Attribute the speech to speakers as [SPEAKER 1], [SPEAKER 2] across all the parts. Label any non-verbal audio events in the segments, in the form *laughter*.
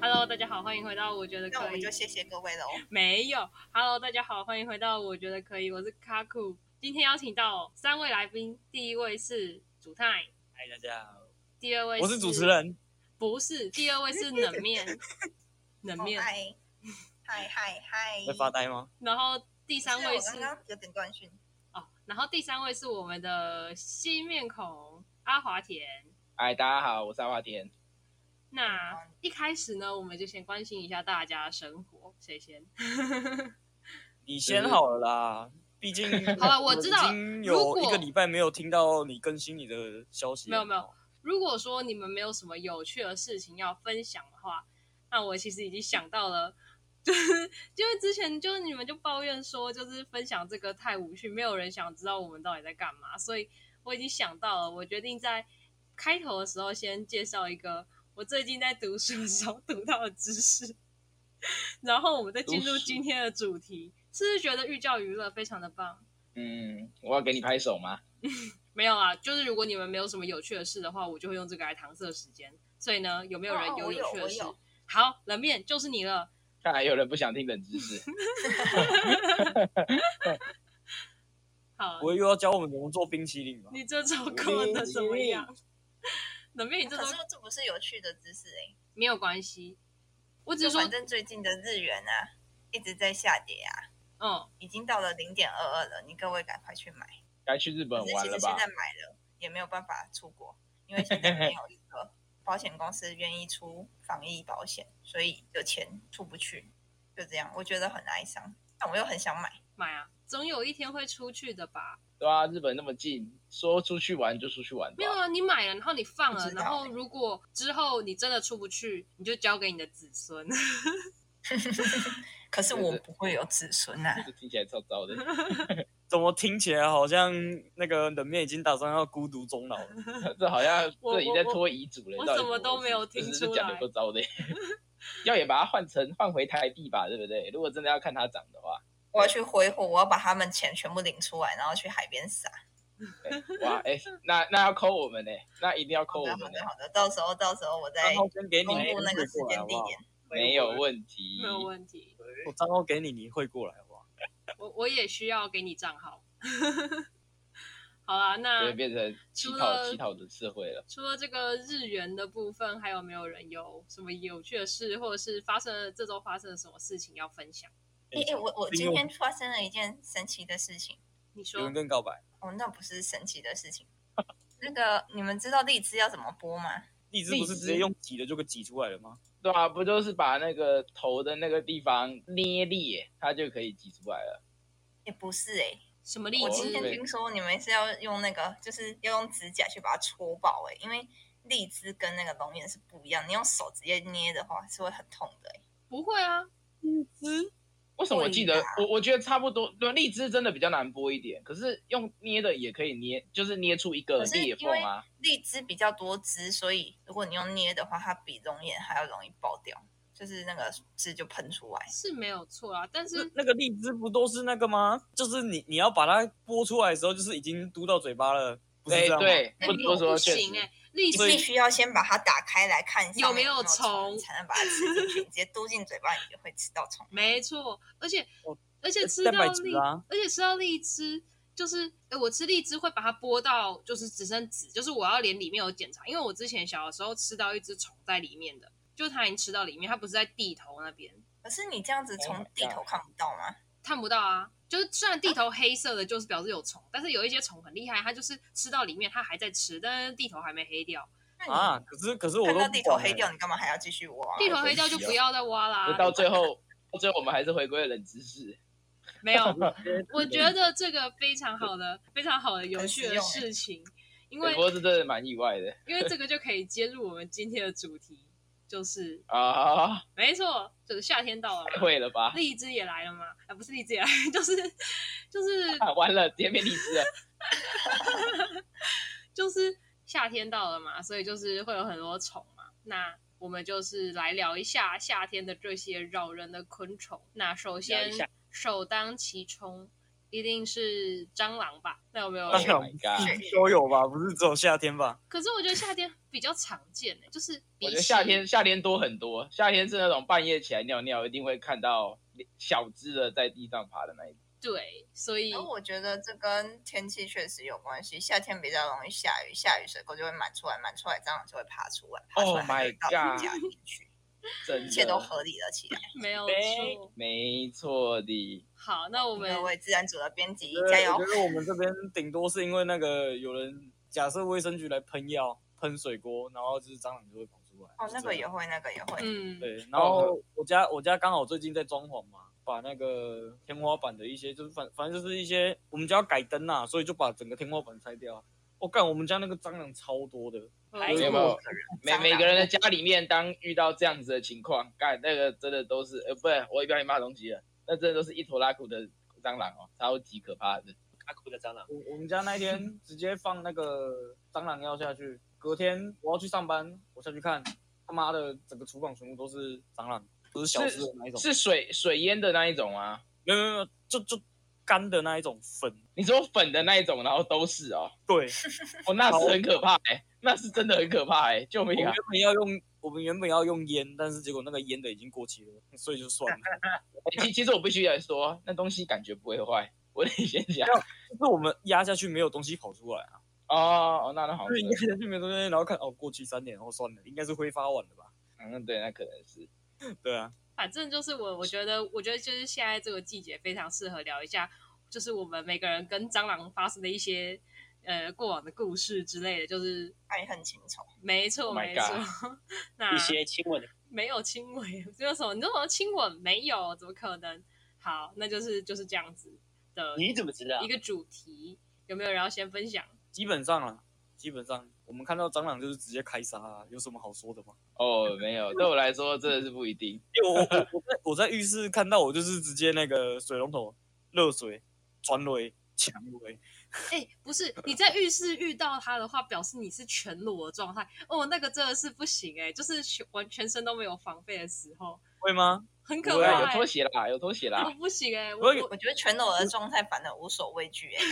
[SPEAKER 1] Hello，大家好，欢迎回到我觉得
[SPEAKER 2] 那我
[SPEAKER 1] 可
[SPEAKER 2] 们
[SPEAKER 1] 以
[SPEAKER 2] 就。谢谢各位喽。
[SPEAKER 1] 没有，Hello，大家好，欢迎回到我觉得可以，我是卡酷。今天邀请到三位来宾，第一位是主太，
[SPEAKER 3] 嗨，大家好，
[SPEAKER 1] 第二位
[SPEAKER 3] 我是主持，人。
[SPEAKER 1] 不是，第二位是冷
[SPEAKER 2] *laughs*
[SPEAKER 1] 面，冷面嗯
[SPEAKER 2] 哦，嗨嗨嗨嗨！
[SPEAKER 3] 会发呆吗？
[SPEAKER 1] 然后第三位
[SPEAKER 2] 是
[SPEAKER 1] 是
[SPEAKER 2] 我刚刚有点断讯，
[SPEAKER 1] 哦，然后第三位是我们的新面孔阿华田。
[SPEAKER 4] 嗨，大家好，我是阿华田。
[SPEAKER 2] 啊
[SPEAKER 1] 那一开始呢，我们就先关心一下大家的生活，谁先？
[SPEAKER 3] 你先好了啦，毕竟
[SPEAKER 1] *laughs* 好了我知道
[SPEAKER 3] 已经
[SPEAKER 1] 如
[SPEAKER 3] 有
[SPEAKER 1] 果
[SPEAKER 3] 一个礼拜没有听到你更新你的消息
[SPEAKER 1] 没
[SPEAKER 3] 了。
[SPEAKER 1] 有没有如果说你们没有什么有趣的事情要分享的话，那我其实已经想到了，就是因为之前就是你们就抱怨说，就是分享这个太无趣，没有人想知道我们到底在干嘛，所以我已经想到了，我决定在开头的时候先介绍一个我最近在读书的时候读到的知识，然后我们再进入
[SPEAKER 4] 读书
[SPEAKER 1] 今天的主题，是不是觉得寓教于乐非常的棒？
[SPEAKER 4] 嗯，我要给你拍手吗？ *laughs*
[SPEAKER 1] 没有啊，就是如果你们没有什么有趣的事的话，我就会用这个来搪塞时间。所以呢，有没有人
[SPEAKER 2] 哦
[SPEAKER 1] 有
[SPEAKER 2] 我
[SPEAKER 1] 趣
[SPEAKER 2] 有
[SPEAKER 1] 的
[SPEAKER 2] 我
[SPEAKER 1] 事？
[SPEAKER 2] 有
[SPEAKER 1] 好，冷面就是你了。
[SPEAKER 4] 看来有人不想听冷知
[SPEAKER 1] *laughs*
[SPEAKER 4] 识。
[SPEAKER 1] 好，
[SPEAKER 3] 我又要教我们怎么做冰淇淋吗？
[SPEAKER 1] 你这周过得怎么样？ *laughs* 冷面，你哎这周
[SPEAKER 2] 可是这不是有趣的知识哎、
[SPEAKER 1] 没有关系，我只
[SPEAKER 2] 就是
[SPEAKER 1] 说
[SPEAKER 2] 反，正最近的日元啊一直在下跌啊，
[SPEAKER 1] 嗯，
[SPEAKER 2] 已经到了零点二二了，你各位赶快去买。
[SPEAKER 4] 该去日本
[SPEAKER 2] 可是
[SPEAKER 4] 玩
[SPEAKER 2] 其
[SPEAKER 4] 了
[SPEAKER 2] 实现
[SPEAKER 4] 吧？
[SPEAKER 2] 在买了也没有办法出国，因为现在没有一
[SPEAKER 1] *laughs*
[SPEAKER 2] 个保险公司愿意出防疫保险，所以有钱出不去，就这样，我觉得很哀伤，但我又很想买。
[SPEAKER 1] 买啊，总有一天会出去的吧？
[SPEAKER 4] 对啊，日本那么近，说出去玩就出去玩
[SPEAKER 1] 没有
[SPEAKER 4] 吧。
[SPEAKER 1] 啊，你买了，然后你放
[SPEAKER 2] 不
[SPEAKER 1] 了，
[SPEAKER 2] 知道
[SPEAKER 1] 然后如果之后你真的出不去，你就交给你的子孙。
[SPEAKER 2] 嗯可是我不会有子孙啊，
[SPEAKER 4] 这听起来糟糟的。 *laughs*
[SPEAKER 3] 怎么听起来好像那个冷面已经打算要孤独终老了？
[SPEAKER 4] 这好像
[SPEAKER 1] 我
[SPEAKER 4] 这已经在拖遗嘱了。
[SPEAKER 1] 我
[SPEAKER 4] 到底
[SPEAKER 1] 什么
[SPEAKER 4] 怎回事
[SPEAKER 1] 都没有听
[SPEAKER 4] 这
[SPEAKER 1] 出来
[SPEAKER 4] 这讲的够糟的。 *laughs* 要也把它换成换回台币吧，对不对？如果真的要看它涨
[SPEAKER 1] *laughs*
[SPEAKER 4] 的话，
[SPEAKER 2] 我要去挥霍，我要把他们钱全部领出来，然后去海边撒。
[SPEAKER 4] 哎哇，哎，那那要扣我们呢，那一定要扣
[SPEAKER 2] 好
[SPEAKER 4] 我
[SPEAKER 2] 的，
[SPEAKER 4] 们
[SPEAKER 2] 好的，，好的，
[SPEAKER 4] 呢
[SPEAKER 2] 到时候到时候我再
[SPEAKER 3] 账号先给你，
[SPEAKER 2] 公
[SPEAKER 3] 你
[SPEAKER 2] 布那个
[SPEAKER 3] 汇
[SPEAKER 2] 时
[SPEAKER 3] 过来
[SPEAKER 2] 间
[SPEAKER 3] 啊好
[SPEAKER 2] 地
[SPEAKER 3] 不好？
[SPEAKER 2] 点。
[SPEAKER 4] 没有问题
[SPEAKER 1] 没。有问题，
[SPEAKER 3] 我账号给你，你汇过来好不好？
[SPEAKER 1] 我我也需要给你账号。 *laughs* 好啦，那
[SPEAKER 4] 对，变成乞
[SPEAKER 1] 除
[SPEAKER 4] 讨
[SPEAKER 1] 了
[SPEAKER 4] 乞讨的社会了。
[SPEAKER 1] 除了这个日元的部分，还有没有人有什么有趣的事，或者是发生了这周发生了什么事情要分享？
[SPEAKER 2] 哎哎、诶我我
[SPEAKER 3] 因为
[SPEAKER 2] 今天发生了一件神奇的事情。
[SPEAKER 1] 你
[SPEAKER 3] 有
[SPEAKER 1] 说
[SPEAKER 3] 人跟告白，
[SPEAKER 2] 哦，那不是神奇的事
[SPEAKER 3] *laughs*
[SPEAKER 2] 情。那个，你们知道荔枝要怎么播吗？
[SPEAKER 3] 荔枝不是直接用挤的就给挤出来了吗？
[SPEAKER 4] 对啊，不就是把那个头的那个地方捏裂，它就可以挤出来了。
[SPEAKER 2] 也不是哎、
[SPEAKER 1] 什么荔
[SPEAKER 3] 哦
[SPEAKER 2] 我今
[SPEAKER 1] 枝？
[SPEAKER 2] 天
[SPEAKER 4] 对
[SPEAKER 2] 听说你们是要用那个，就是要用指甲去把它戳爆哎、因为荔枝跟那个龙眼是不一样，你用手直接捏的话是会很痛的哎、
[SPEAKER 1] 不会啊，
[SPEAKER 4] 为什么我记得
[SPEAKER 2] 对啊
[SPEAKER 4] 我我觉得差不多，对，荔枝真的比较难剥一点，可是用捏的也可以捏，就是捏出一个
[SPEAKER 2] 可是因为
[SPEAKER 4] 裂缝啊。
[SPEAKER 2] 荔枝比较多汁，所以如果你用捏的话，它比龙眼还要容易爆掉，就是那个汁就喷出来。
[SPEAKER 1] 是没有错啊，但
[SPEAKER 3] 那
[SPEAKER 1] 是
[SPEAKER 3] 那个荔枝不都是那个吗？就是你你要把它剥出来的时候，就是已经嘟到嘴巴了，不是这
[SPEAKER 4] 对
[SPEAKER 3] 样吗？
[SPEAKER 4] 对，
[SPEAKER 1] 那
[SPEAKER 4] 不
[SPEAKER 1] 你
[SPEAKER 4] 多说
[SPEAKER 1] 不
[SPEAKER 4] 确
[SPEAKER 1] 行
[SPEAKER 4] 实
[SPEAKER 1] 哎、，荔
[SPEAKER 2] 你
[SPEAKER 1] 枝
[SPEAKER 2] 必须要先把它打开来看
[SPEAKER 1] 有没有
[SPEAKER 2] 有
[SPEAKER 1] 虫
[SPEAKER 2] 虫，才能把它吃进去。你直接嘟进嘴巴，你就会吃到虫。
[SPEAKER 1] 没错，而且
[SPEAKER 3] 哦
[SPEAKER 1] 而且吃
[SPEAKER 3] 蛋
[SPEAKER 1] 到
[SPEAKER 3] 白质
[SPEAKER 1] 荔，
[SPEAKER 3] 啊
[SPEAKER 1] 而且吃到荔枝。就是，哎、我吃荔枝会把它剥到，就是只剩籽，就是我要连里面有检查，因为我之前小的时候吃到一只虫在里面的，就它已经吃到里面，它不是在地头那边，
[SPEAKER 2] 可是你这样子
[SPEAKER 4] Oh
[SPEAKER 2] 从
[SPEAKER 4] my
[SPEAKER 2] 地头看不到吗？
[SPEAKER 1] 看不到啊。就是虽然地头黑色的，就是表示有虫，但是有一些虫很厉害，它就是吃到里面，它还在吃，但是地头还没黑掉。
[SPEAKER 2] 那你
[SPEAKER 3] 啊！可是可是我
[SPEAKER 2] 看
[SPEAKER 3] 都
[SPEAKER 2] 到地头
[SPEAKER 3] 不管欸
[SPEAKER 2] 黑
[SPEAKER 3] 了
[SPEAKER 2] 掉，你干嘛还要继续
[SPEAKER 4] 啊
[SPEAKER 2] 挖？
[SPEAKER 1] 地头黑掉就不要再挖啦
[SPEAKER 4] 就。到最后，到最后我们还是回归了冷知识。
[SPEAKER 1] 没有，我觉得这个非常好的、非常好的有趣的事情，因
[SPEAKER 4] 对
[SPEAKER 1] 为
[SPEAKER 4] 不过是真的蛮意外的
[SPEAKER 1] 因为这个就可以接入我们今天的主题，就是
[SPEAKER 4] 啊，
[SPEAKER 1] 没错，就是夏天到了
[SPEAKER 4] 太
[SPEAKER 1] 嘛，
[SPEAKER 4] 会了吧？
[SPEAKER 1] 荔枝也来了嘛，啊，不是荔枝也来，就是就是
[SPEAKER 4] 啊完了，直接变荔枝了。
[SPEAKER 1] 就是夏天到了嘛，所以就是会有很多虫嘛。那我们就是来聊一下夏天的这些扰人的昆虫。那首
[SPEAKER 4] 聊
[SPEAKER 1] 先
[SPEAKER 4] 一下
[SPEAKER 1] 首当其冲，一定是蟑螂吧？那有没有？
[SPEAKER 3] 当然
[SPEAKER 4] Oh my
[SPEAKER 3] 都有吧，不是只有夏天吧？
[SPEAKER 1] 可是我觉得夏天比较常见诶、就是比
[SPEAKER 4] 我觉得
[SPEAKER 1] 起
[SPEAKER 4] 夏天夏天多很多，夏天是那种半夜起来尿尿一定会看到小只的在地上爬的那一种。
[SPEAKER 1] 对，所以
[SPEAKER 2] 然后我觉得这跟天气确实有关系，夏天比较容易下雨，下雨水沟就会满出来，满出来蟑螂就会爬出来，爬出
[SPEAKER 4] Oh
[SPEAKER 2] 来它就
[SPEAKER 4] my
[SPEAKER 2] 会到家
[SPEAKER 4] god
[SPEAKER 2] 里面去，
[SPEAKER 4] 真的，
[SPEAKER 2] 一切都合理了起来。
[SPEAKER 1] 没有
[SPEAKER 3] 没
[SPEAKER 1] 错。
[SPEAKER 4] 没错的。
[SPEAKER 1] 好，那我们
[SPEAKER 2] 那为自然组的编辑
[SPEAKER 3] 我觉
[SPEAKER 2] 加
[SPEAKER 3] 得
[SPEAKER 2] 油
[SPEAKER 3] 我！觉得我们这边顶多是因为那个有人假设卫生局来喷药、喷水锅，然后就是蟑螂就会跑出来。
[SPEAKER 2] 哦，那个
[SPEAKER 3] 有。
[SPEAKER 2] 也会，那个也会。
[SPEAKER 1] 嗯，
[SPEAKER 3] 对，然后我家我家刚好最近在装潢嘛，把那个天花板的一些就是反反正就是一些我们家要改灯呐、所以就把整个天花板拆掉啊。我、干，我们家那个蟑螂超多的，
[SPEAKER 1] 还
[SPEAKER 4] 有
[SPEAKER 1] 有
[SPEAKER 4] 没有每
[SPEAKER 2] 蟑螂
[SPEAKER 4] 每个人的家里面，当遇到这样子的情况，干那个真的都是，呃，不是，我也不要你骂东西了，那真的都是一头拉裤的蟑螂哦，超级可怕的。
[SPEAKER 5] 阿酷的蟑螂，
[SPEAKER 3] 我我们家那一 *laughs* 天直接放那个蟑螂药下去，隔天我要去上班，我下去看，他妈的整个厨房全部都是蟑螂，都是小只的那一种，
[SPEAKER 4] 是水水淹的那一种吗？
[SPEAKER 3] 没有没有没有，就就干的那一种粉，
[SPEAKER 4] 你说粉的那一种，然后都是哦，
[SPEAKER 3] 对，
[SPEAKER 4] 哦，那是很可怕哎、那是真的很可怕哎、救
[SPEAKER 3] 我们
[SPEAKER 4] 命啊
[SPEAKER 3] 原！本要用我们原本要用烟，但是结果那个烟的已经过期了，所以就算了。 *laughs*
[SPEAKER 4] 欸 *laughs* 其其实我必须来说，那东西感觉不会坏，我得先讲。
[SPEAKER 3] 就是我们压下去没有东西跑出来啊，
[SPEAKER 4] 哦，哦那那好
[SPEAKER 3] 就，是压下去没有东西，然后看哦，过期三年，然后算了，应该是挥发完了吧？
[SPEAKER 4] 嗯，对，那可能是。
[SPEAKER 3] 对啊，
[SPEAKER 1] 反正就是我，我觉得，我觉得就是现在这个季节非常适合聊一下，就是我们每个人跟蟑螂发生的一些呃过往的故事之类的，就是
[SPEAKER 2] 爱恨情仇，
[SPEAKER 1] 没错、
[SPEAKER 4] Oh my
[SPEAKER 1] 没错。那
[SPEAKER 5] 一些亲吻的
[SPEAKER 1] *laughs* 没有亲吻，只有什么？你说什么亲吻没有？怎么可能？好，那就是就是这样子的
[SPEAKER 5] 你怎么知道
[SPEAKER 1] 一？个主题，有没有人要先分享？
[SPEAKER 3] 基本上啊，基本上我们看到蟑螂就是直接开杀、啊，有什么好说的吗？
[SPEAKER 4] 哦，没有，对我来说真的是不一定。
[SPEAKER 3] 因为我我我我在我在浴室看到我就是直接那个水龙头热水转雷强雷，
[SPEAKER 1] 哎、不是，你在浴室遇到他的话，表示你是全裸的状态。哦，那个真的是不行哎、就是全完全身都没有防备的时候，
[SPEAKER 3] 会吗？
[SPEAKER 1] 很可
[SPEAKER 4] 对啊，有啊
[SPEAKER 1] 怕、
[SPEAKER 4] 拖
[SPEAKER 1] 欸。
[SPEAKER 4] 鞋啦，有拖鞋
[SPEAKER 1] 我
[SPEAKER 4] 啦。
[SPEAKER 1] 不行哎、我
[SPEAKER 3] 我有
[SPEAKER 1] 我
[SPEAKER 2] 我觉得全裸的状态反而无所畏惧哎、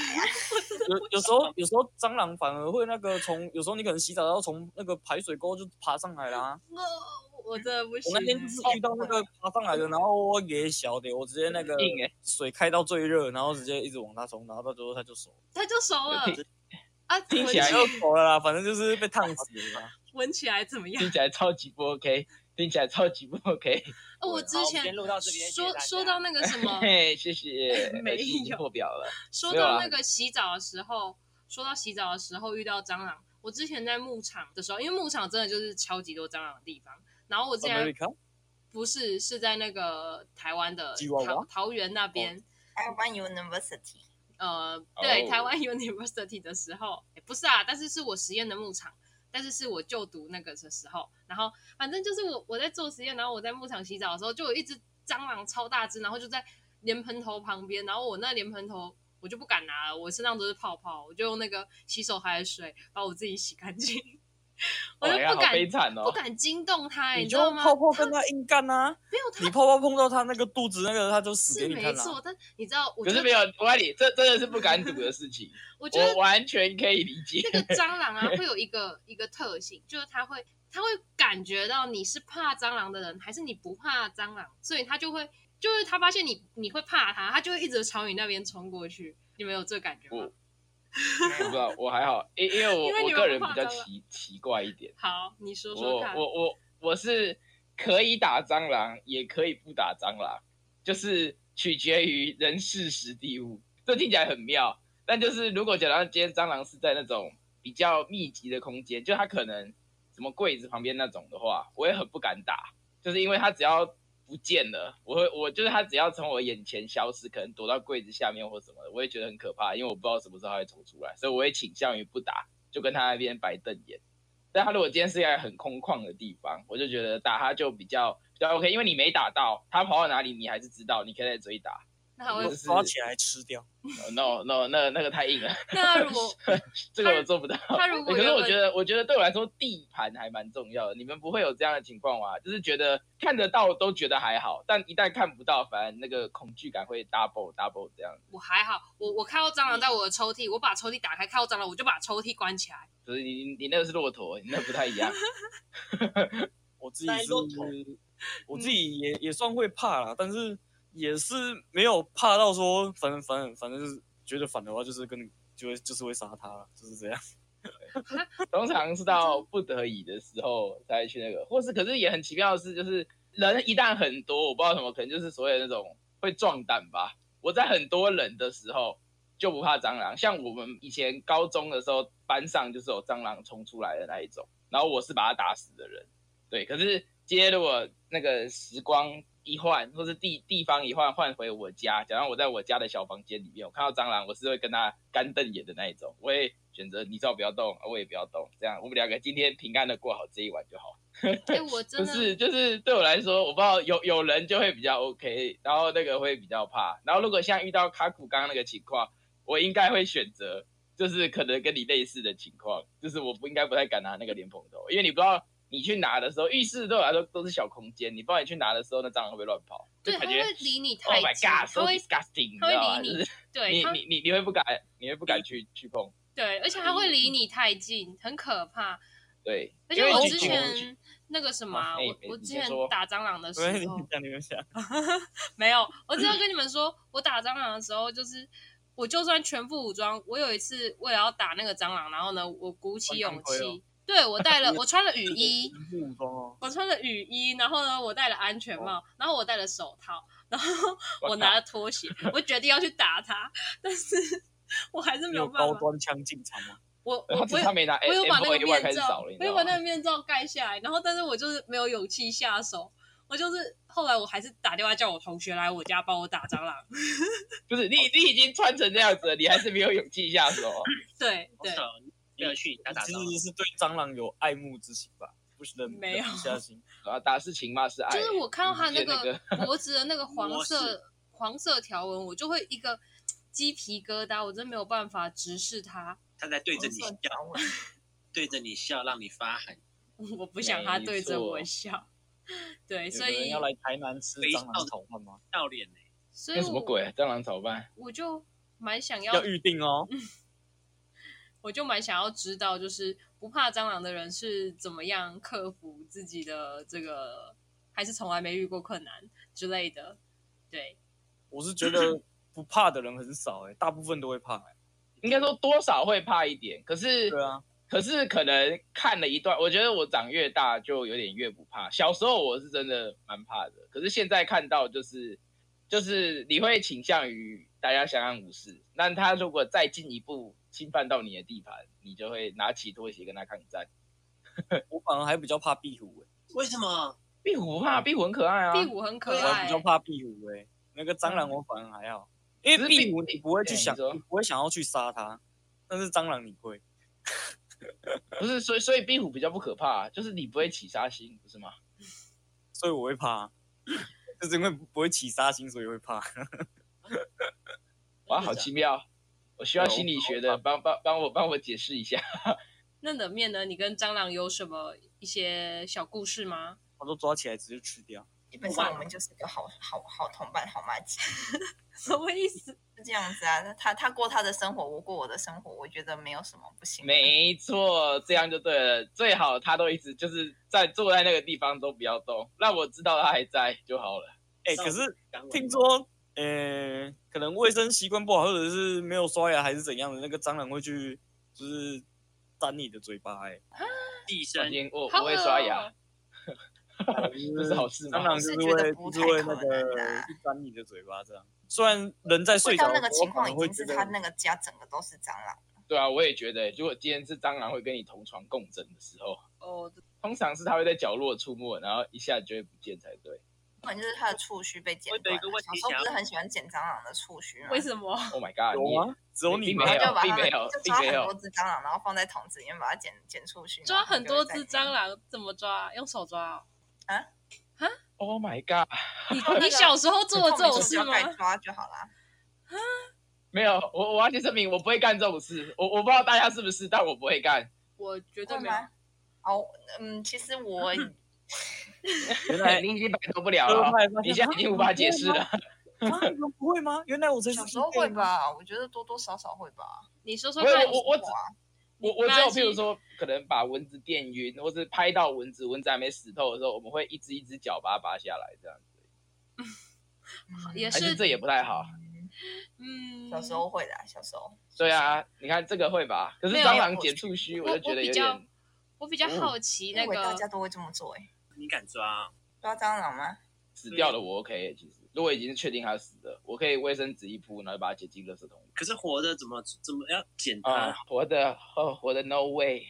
[SPEAKER 3] 有有时候有时候蟑螂反而会那个从有时候你可能洗澡要从那个排水沟就爬上来啦、
[SPEAKER 1] 我我真的不行
[SPEAKER 3] 我
[SPEAKER 1] 欸、
[SPEAKER 3] 那天就是遇到那个爬上来的，然后我也小的，我直接那个
[SPEAKER 4] 硬欸
[SPEAKER 3] 水开到最热，然后直接一直往它冲，然后到最后它就熟了，
[SPEAKER 1] 哎他就熟了
[SPEAKER 4] 听
[SPEAKER 1] 啊，
[SPEAKER 4] 听
[SPEAKER 1] 闻
[SPEAKER 4] 起来
[SPEAKER 1] 起
[SPEAKER 3] 就熟了啦，反正就是被烫死
[SPEAKER 1] *laughs*
[SPEAKER 3] 了啦。
[SPEAKER 1] 闻起来怎么样
[SPEAKER 4] 听？起来超级不 OK，听起来超级不 OK。
[SPEAKER 1] 哦，我
[SPEAKER 5] 对
[SPEAKER 1] 之
[SPEAKER 5] 好
[SPEAKER 1] 前
[SPEAKER 5] 先录到这边谢谢
[SPEAKER 1] 说
[SPEAKER 5] 大家
[SPEAKER 1] 说到那个什
[SPEAKER 4] *laughs*
[SPEAKER 1] 么，
[SPEAKER 4] 嘿，谢谢
[SPEAKER 1] 嗯 *laughs* ，没有
[SPEAKER 4] 已经破表了。
[SPEAKER 1] 说
[SPEAKER 4] 没有
[SPEAKER 1] 到
[SPEAKER 4] 啦
[SPEAKER 1] 那个洗澡的时候，说到洗澡的时候遇到蟑螂，我之前在牧场的时候，因为牧场真的就是超级多蟑螂的地方。然后我之前
[SPEAKER 3] America，
[SPEAKER 1] 不是是在那个台湾的
[SPEAKER 3] 吉娃娃
[SPEAKER 1] 桃桃园那边，
[SPEAKER 2] 台湾 University
[SPEAKER 1] 呃，对、
[SPEAKER 4] 哦
[SPEAKER 1] 台湾 *laughs* University 的时候，诶不是啊，但是是我实验的牧场，但是是我就读那个的时候，然后反正就是我我在做实验，然后我在牧场洗澡的时候，就有一只蟑螂超大只，然后就在莲蓬头旁边，然后我那莲蓬头我就不敢拿了，我身上都是泡泡，我就用那个洗手台的水把我自己洗干净，我就
[SPEAKER 4] 哎呀，
[SPEAKER 1] 不
[SPEAKER 4] 好
[SPEAKER 1] 敢、
[SPEAKER 4] 悲惨
[SPEAKER 1] 不
[SPEAKER 4] 哦。
[SPEAKER 1] 敢惊动它、
[SPEAKER 3] 你
[SPEAKER 1] 哎知
[SPEAKER 3] 就
[SPEAKER 1] 道吗？
[SPEAKER 3] 泡泡跟它硬干呐，
[SPEAKER 1] 没有它
[SPEAKER 3] 你泡泡碰到它那个肚子那个，它就死
[SPEAKER 1] 是
[SPEAKER 3] 给你
[SPEAKER 1] 没
[SPEAKER 3] 看啦。啊
[SPEAKER 1] 错，但你知道，我觉
[SPEAKER 4] 可是
[SPEAKER 1] 得
[SPEAKER 4] 没有，我爱你，这真的是不敢赌的事情，
[SPEAKER 1] *laughs* 我觉得
[SPEAKER 4] 我完全可以理解。
[SPEAKER 1] 那个蟑螂啊，会有一个一个特性，就是它会它会感觉到你是怕蟑螂的人，还是你不怕蟑螂，所以它就会就是它发现你你会怕它，它就会一直朝你那边冲过去。你们有这个感觉吗
[SPEAKER 4] 我？ *laughs* 我不知道，我还好，因因为我
[SPEAKER 1] 因为
[SPEAKER 4] 我
[SPEAKER 1] 你们
[SPEAKER 4] 个人
[SPEAKER 1] 不怕
[SPEAKER 4] 比较
[SPEAKER 1] 蟑螂
[SPEAKER 4] 奇奇怪一点，
[SPEAKER 1] 好，你说
[SPEAKER 4] 我
[SPEAKER 1] 说看。
[SPEAKER 4] 我我我是可以打蟑螂，也可以不打蟑螂，就是取决于人事时地物。这听起来很妙，但就是如果假如今天蟑螂是在那种比较密集的空间，就它可能什么柜子旁边那种的话，我也很不敢打，就是因为它只要不见了，我会我就是它只要从我眼前消失，可能躲到柜子下面或什么的，我也觉得很可怕，因为我不知道什么时候它会走出来，所以我会倾向于不打，就跟它那边白瞪眼。但他如果今天是在很空旷的地方，我就觉得打他就比较比较 OK，因为你没打到，他跑到哪里你还是知道，你可以在追打。
[SPEAKER 1] 那还
[SPEAKER 4] 我
[SPEAKER 1] 会
[SPEAKER 4] 是
[SPEAKER 3] 抓起来吃掉。
[SPEAKER 4] 哦 no no，那那个太硬了，
[SPEAKER 1] 那他如果
[SPEAKER 4] *laughs* 这个我做不到。欸
[SPEAKER 1] 他如果
[SPEAKER 4] 可是
[SPEAKER 1] 原
[SPEAKER 4] 我
[SPEAKER 1] 本
[SPEAKER 4] 觉得，我觉得对我来说，地盘还蛮重要的。你们不会有这样的情况吗？就是觉得看得到都觉得还好，但一旦看不到，反而那个恐惧感会 double double 这样。
[SPEAKER 1] 我还好，我我看到蟑螂在我的抽屉，我把抽屉打开，看到蟑螂我就把抽屉关起来。
[SPEAKER 4] 所以你你那个是骆驼，你那不太一样。
[SPEAKER 3] 我自己
[SPEAKER 5] 呆
[SPEAKER 3] 是
[SPEAKER 5] 骆驼，
[SPEAKER 3] 我
[SPEAKER 1] 嗯
[SPEAKER 3] 自己也也算会怕啦，但是也是没有怕到说，反正反正反正就是觉得反的话，就是跟就会就是会杀他了，就是这样。 *laughs*
[SPEAKER 4] *laughs* 通常是到不得已的时候才去那个，或是可是也很奇妙的是，就是人一旦很多，我不知道什么，可能就是所谓的那种会壮胆吧。我在很多人的时候就不怕蟑螂，像我们以前高中的时候，班上就是有蟑螂冲出来的那一种，然后我是把它打死的人。对，可是今天如果那个时光一换，或是地地方一换，换回我家，假如我在我家的小房间里面，我看到蟑螂，我是会跟它干瞪眼的那一种，我会选择你照不要动，啊我也不要动，这样我们两个今天平安的过好这一晚就好。
[SPEAKER 1] 哎、我真的
[SPEAKER 4] 不是，就是对我来说，我不知道有有人就会比较 OK，然后那个会比较怕，然后如果像遇到卡古刚刚那个情况，我应该会选择就是可能跟你类似的情况，就是我不应该不太敢拿那个莲蓬头，因为你不知道你去拿的时候，浴室对我来说都是小空间，你不知道你去拿的时候那蟑螂会不会乱跑，就
[SPEAKER 1] 对，它
[SPEAKER 4] 感觉
[SPEAKER 1] 会离你
[SPEAKER 4] Oh
[SPEAKER 1] 太
[SPEAKER 4] my
[SPEAKER 1] 近，
[SPEAKER 4] God，so
[SPEAKER 1] 它会
[SPEAKER 4] disgusting，你知
[SPEAKER 1] 它会
[SPEAKER 4] 道吗？
[SPEAKER 1] 离
[SPEAKER 4] 就是
[SPEAKER 1] 对
[SPEAKER 4] 你
[SPEAKER 1] 它
[SPEAKER 4] 你你你会不敢，你会不敢去去碰，
[SPEAKER 1] 对，而且它会离你太近，很可怕。
[SPEAKER 4] 对，
[SPEAKER 1] 而
[SPEAKER 4] 因
[SPEAKER 1] 且
[SPEAKER 4] 为
[SPEAKER 1] 我
[SPEAKER 4] 你
[SPEAKER 1] 之
[SPEAKER 4] 去
[SPEAKER 1] 前那个什么啊，
[SPEAKER 4] 啊哎
[SPEAKER 1] 我
[SPEAKER 4] 哎
[SPEAKER 1] 我
[SPEAKER 4] 你
[SPEAKER 1] 之
[SPEAKER 4] 先
[SPEAKER 1] 前
[SPEAKER 4] 说
[SPEAKER 1] 打蟑螂的时
[SPEAKER 3] 所以你
[SPEAKER 1] 候
[SPEAKER 4] *laughs*
[SPEAKER 3] 们，讲你们讲，
[SPEAKER 1] 没有，我只要跟你们说，我打蟑螂的时候，就是我就算全副武装，我有一次为了要打那个蟑螂，然后呢，我鼓起勇
[SPEAKER 3] 穿钢盔
[SPEAKER 1] 气，对我带
[SPEAKER 4] *laughs*
[SPEAKER 1] 了，我穿了雨衣，
[SPEAKER 3] 全副武装哦，
[SPEAKER 1] 我穿了雨衣，然后呢，我戴了安全帽，然后我戴了手套，然后
[SPEAKER 4] 哦我
[SPEAKER 1] 我拿了拖鞋，我决定要去打它，但是 *laughs* 我还是
[SPEAKER 3] 你
[SPEAKER 1] 没有
[SPEAKER 3] 有
[SPEAKER 1] 办
[SPEAKER 3] 高
[SPEAKER 1] 法，
[SPEAKER 3] 端枪进场吗？
[SPEAKER 1] 我我
[SPEAKER 4] 他
[SPEAKER 1] 我
[SPEAKER 4] 只
[SPEAKER 1] 有
[SPEAKER 4] 差没拿，
[SPEAKER 1] 我有把那个
[SPEAKER 4] A E 开
[SPEAKER 1] 面
[SPEAKER 4] 始
[SPEAKER 1] 罩
[SPEAKER 4] 少了，，
[SPEAKER 1] 我有把那个面罩盖下来，然后但是我就是没有勇气下手，我就是后来我还是打电话叫我同学来我家帮我打蟑螂，
[SPEAKER 4] 就是你你已经穿成这样子了，你还是没有勇气下手。
[SPEAKER 1] 对对，
[SPEAKER 5] 好不要去打打
[SPEAKER 3] 其
[SPEAKER 5] 蟑螂，
[SPEAKER 3] 实是对蟑螂有爱慕之情吧，不是忍
[SPEAKER 1] 没有
[SPEAKER 3] 忍不下
[SPEAKER 1] *laughs*
[SPEAKER 3] 心。
[SPEAKER 4] 啊，打是情，骂是爱。
[SPEAKER 1] 就是我看到他
[SPEAKER 4] 我记
[SPEAKER 1] 那
[SPEAKER 4] 得那
[SPEAKER 1] 个脖子的那个黄
[SPEAKER 5] 模式
[SPEAKER 1] 色黄色条纹，我就会一个鸡皮疙瘩，我真没有办法直视他，
[SPEAKER 5] 他在对着你
[SPEAKER 2] 算
[SPEAKER 5] 笑，
[SPEAKER 2] 早晚
[SPEAKER 5] 对着你笑，让你发寒。
[SPEAKER 1] 我不想他
[SPEAKER 4] 没
[SPEAKER 1] 对着我
[SPEAKER 4] 错
[SPEAKER 1] 笑， *laughs* 对，
[SPEAKER 3] 有
[SPEAKER 1] 所
[SPEAKER 3] 的人
[SPEAKER 1] 以
[SPEAKER 3] 要来台南吃蟑螂炒饭吗？
[SPEAKER 5] 笑脸呢、
[SPEAKER 1] 所以
[SPEAKER 4] 那什么
[SPEAKER 1] 我
[SPEAKER 4] 鬼？啊蟑螂怎么办？
[SPEAKER 1] 我就蛮想要嗯
[SPEAKER 3] 要预定哦。
[SPEAKER 1] 我就蛮想要知道，就是不怕蟑螂的人是怎么样克服自己的这个，还是从来没遇过困难之类的。对，
[SPEAKER 3] 我是觉得不怕的人很少哎、大部分都会怕、欸。
[SPEAKER 4] 应该说多少会怕一点，可是
[SPEAKER 3] 对啊，
[SPEAKER 4] 可是可能看了一段，我觉得我长越大就有点越不怕。小时候我是真的蛮怕的，可是现在看到就是就是你会倾向于大家相安无事。那他如果再进一步侵犯到你的地盘，你就会拿起拖鞋跟他抗战。
[SPEAKER 3] 我反而还比较怕壁虎
[SPEAKER 5] 为什么？
[SPEAKER 4] 壁虎不怕，壁虎很可爱啊。
[SPEAKER 1] 壁虎很可
[SPEAKER 3] 哎、我还
[SPEAKER 1] 爱
[SPEAKER 3] 比较，怕壁虎哎、那个蟑螂我反而还好，因为壁虎你不会去想，
[SPEAKER 4] 对你说
[SPEAKER 3] 你不会想要去杀它，但是蟑螂你会。
[SPEAKER 4] 不是，所以所以壁虎比较不可怕，啊就是你不会起杀心，不是吗？
[SPEAKER 3] 所以我会怕， *laughs* 就是因为不会起杀心，所以会怕。 *laughs*
[SPEAKER 4] 哇，好奇妙！我需要心理学的帮帮帮我帮我解释一下。 *laughs*
[SPEAKER 1] 那冷面呢？你跟蟑螂有什么一些小故事吗？ *laughs*
[SPEAKER 3] 我都抓起来直接吃掉。
[SPEAKER 2] 基本上我们就是个好好好同伴、好妈鸡，
[SPEAKER 1] 什么意思？
[SPEAKER 2] 是这样子啊。他他过他的生活，我过我的生活，我觉得没有什么不行。
[SPEAKER 4] 没错，这样就对了。最好他都一直就是在坐在那个地方都不要动，让我知道他还在就好了。
[SPEAKER 3] 哎、
[SPEAKER 5] 上
[SPEAKER 3] 可是
[SPEAKER 5] 刚完
[SPEAKER 3] 听说，呃、可能卫生习惯不好，或者是没有刷牙还是怎样的，那个蟑螂会去就是沾你的嘴巴、欸，
[SPEAKER 5] 寄
[SPEAKER 4] 我
[SPEAKER 5] 生
[SPEAKER 4] 今，天我
[SPEAKER 1] 好
[SPEAKER 4] 我会刷牙
[SPEAKER 1] 恶，哦
[SPEAKER 3] 哎，
[SPEAKER 4] 这是好事
[SPEAKER 3] 蟑
[SPEAKER 4] 吗？
[SPEAKER 3] 螂就是
[SPEAKER 2] 我是觉
[SPEAKER 3] 会
[SPEAKER 2] 得不
[SPEAKER 3] 就
[SPEAKER 2] 太
[SPEAKER 3] 是会那
[SPEAKER 2] 可能
[SPEAKER 3] 个
[SPEAKER 2] 啊
[SPEAKER 3] 去沾你的嘴巴这样。虽然人在睡
[SPEAKER 2] 会
[SPEAKER 3] 着
[SPEAKER 2] 到
[SPEAKER 3] 的
[SPEAKER 2] 那
[SPEAKER 3] 时
[SPEAKER 2] 个
[SPEAKER 3] 候，
[SPEAKER 2] 情
[SPEAKER 3] 可
[SPEAKER 2] 况
[SPEAKER 3] 能
[SPEAKER 2] 已
[SPEAKER 3] 会
[SPEAKER 2] 经
[SPEAKER 3] 觉
[SPEAKER 2] 是
[SPEAKER 3] 得
[SPEAKER 2] 他那个家整个都是蟑螂，
[SPEAKER 4] 对啊，我也觉得，如果今天是蟑螂会跟你同床共枕的时候，
[SPEAKER 1] 哦，
[SPEAKER 4] 通常是它会在角落出没，然后一下就会不见才对。
[SPEAKER 2] 可能就是他的触须被剪
[SPEAKER 5] 我有
[SPEAKER 2] 断
[SPEAKER 5] 一
[SPEAKER 2] 了。
[SPEAKER 5] 个问题
[SPEAKER 2] 小时候
[SPEAKER 5] 想
[SPEAKER 2] 不
[SPEAKER 5] 要
[SPEAKER 2] 是很喜欢剪蟑螂的触须吗？
[SPEAKER 1] 为什么？ *laughs*
[SPEAKER 4] Oh my god！
[SPEAKER 3] 有啊
[SPEAKER 4] 你
[SPEAKER 3] 吗？只有你
[SPEAKER 4] 并
[SPEAKER 3] 吗
[SPEAKER 4] 没
[SPEAKER 2] 然后
[SPEAKER 4] 有
[SPEAKER 2] 就把
[SPEAKER 4] 并
[SPEAKER 2] 它
[SPEAKER 4] 没有
[SPEAKER 2] 就
[SPEAKER 4] 并
[SPEAKER 2] 抓
[SPEAKER 4] 没
[SPEAKER 2] 很
[SPEAKER 4] 有
[SPEAKER 2] 多只蟑螂，然后放在桶子里面把它剪剪出去。
[SPEAKER 1] 抓很多只蟑啊 *laughs*
[SPEAKER 2] 螂，
[SPEAKER 1] 螂怎么抓？用手抓哦、
[SPEAKER 4] ，Oh my god！
[SPEAKER 1] 你
[SPEAKER 2] 那个
[SPEAKER 1] 你小时候做的这种事
[SPEAKER 2] 痛
[SPEAKER 1] 吗
[SPEAKER 2] 的时候就要？抓就好啦。
[SPEAKER 4] 没有，我我要去声明，我不会干这种事。我我不知道大家是不是，但我不会干。
[SPEAKER 1] 我绝对
[SPEAKER 2] 会
[SPEAKER 1] 没有。
[SPEAKER 4] 啊
[SPEAKER 2] 吗？哦，嗯，其实我
[SPEAKER 3] 原来
[SPEAKER 4] 你已经摆脱不了了，啊你现在已经无法解释了。
[SPEAKER 3] 啊你们不会吗？原来我
[SPEAKER 4] 嗯
[SPEAKER 3] 才是
[SPEAKER 2] 小时候会吧，我觉得多多少少会吧。
[SPEAKER 1] 你说说
[SPEAKER 4] 我有
[SPEAKER 1] 看，
[SPEAKER 4] 我我只
[SPEAKER 2] 哇
[SPEAKER 4] 我我
[SPEAKER 1] 没
[SPEAKER 4] 只有
[SPEAKER 1] 关系
[SPEAKER 4] 譬如说，可能把蚊子电晕，或是拍到蚊子，蚊子还没死透的时候，我们会一只一只脚把它拔下来，这样子。
[SPEAKER 2] 嗯
[SPEAKER 1] 也
[SPEAKER 4] 还是
[SPEAKER 1] 是
[SPEAKER 4] 这也不太好。
[SPEAKER 1] 嗯，
[SPEAKER 2] 小时候会的啊，小时候。
[SPEAKER 4] 对啊，你看这个会吧？可是
[SPEAKER 1] 没有
[SPEAKER 4] 蟑螂剪触须，
[SPEAKER 1] 我
[SPEAKER 4] 就觉得
[SPEAKER 1] 比
[SPEAKER 4] 有
[SPEAKER 1] 较
[SPEAKER 4] 点。
[SPEAKER 1] 我比较
[SPEAKER 3] 嗯
[SPEAKER 1] 好奇那
[SPEAKER 2] 因为大
[SPEAKER 1] 个
[SPEAKER 2] 家都会这么做哎、
[SPEAKER 5] 你敢
[SPEAKER 4] 啊
[SPEAKER 2] 抓
[SPEAKER 5] 抓？
[SPEAKER 2] 蟑螂吗？
[SPEAKER 4] 死掉了，我 OK。其实，如果已经确定它死了，我可以卫生纸一铺，然后把它剪进垃圾桶里。
[SPEAKER 5] 可是活的怎么怎么要剪
[SPEAKER 4] 啊
[SPEAKER 5] 它？，
[SPEAKER 4] 活的，哦，活的，no way。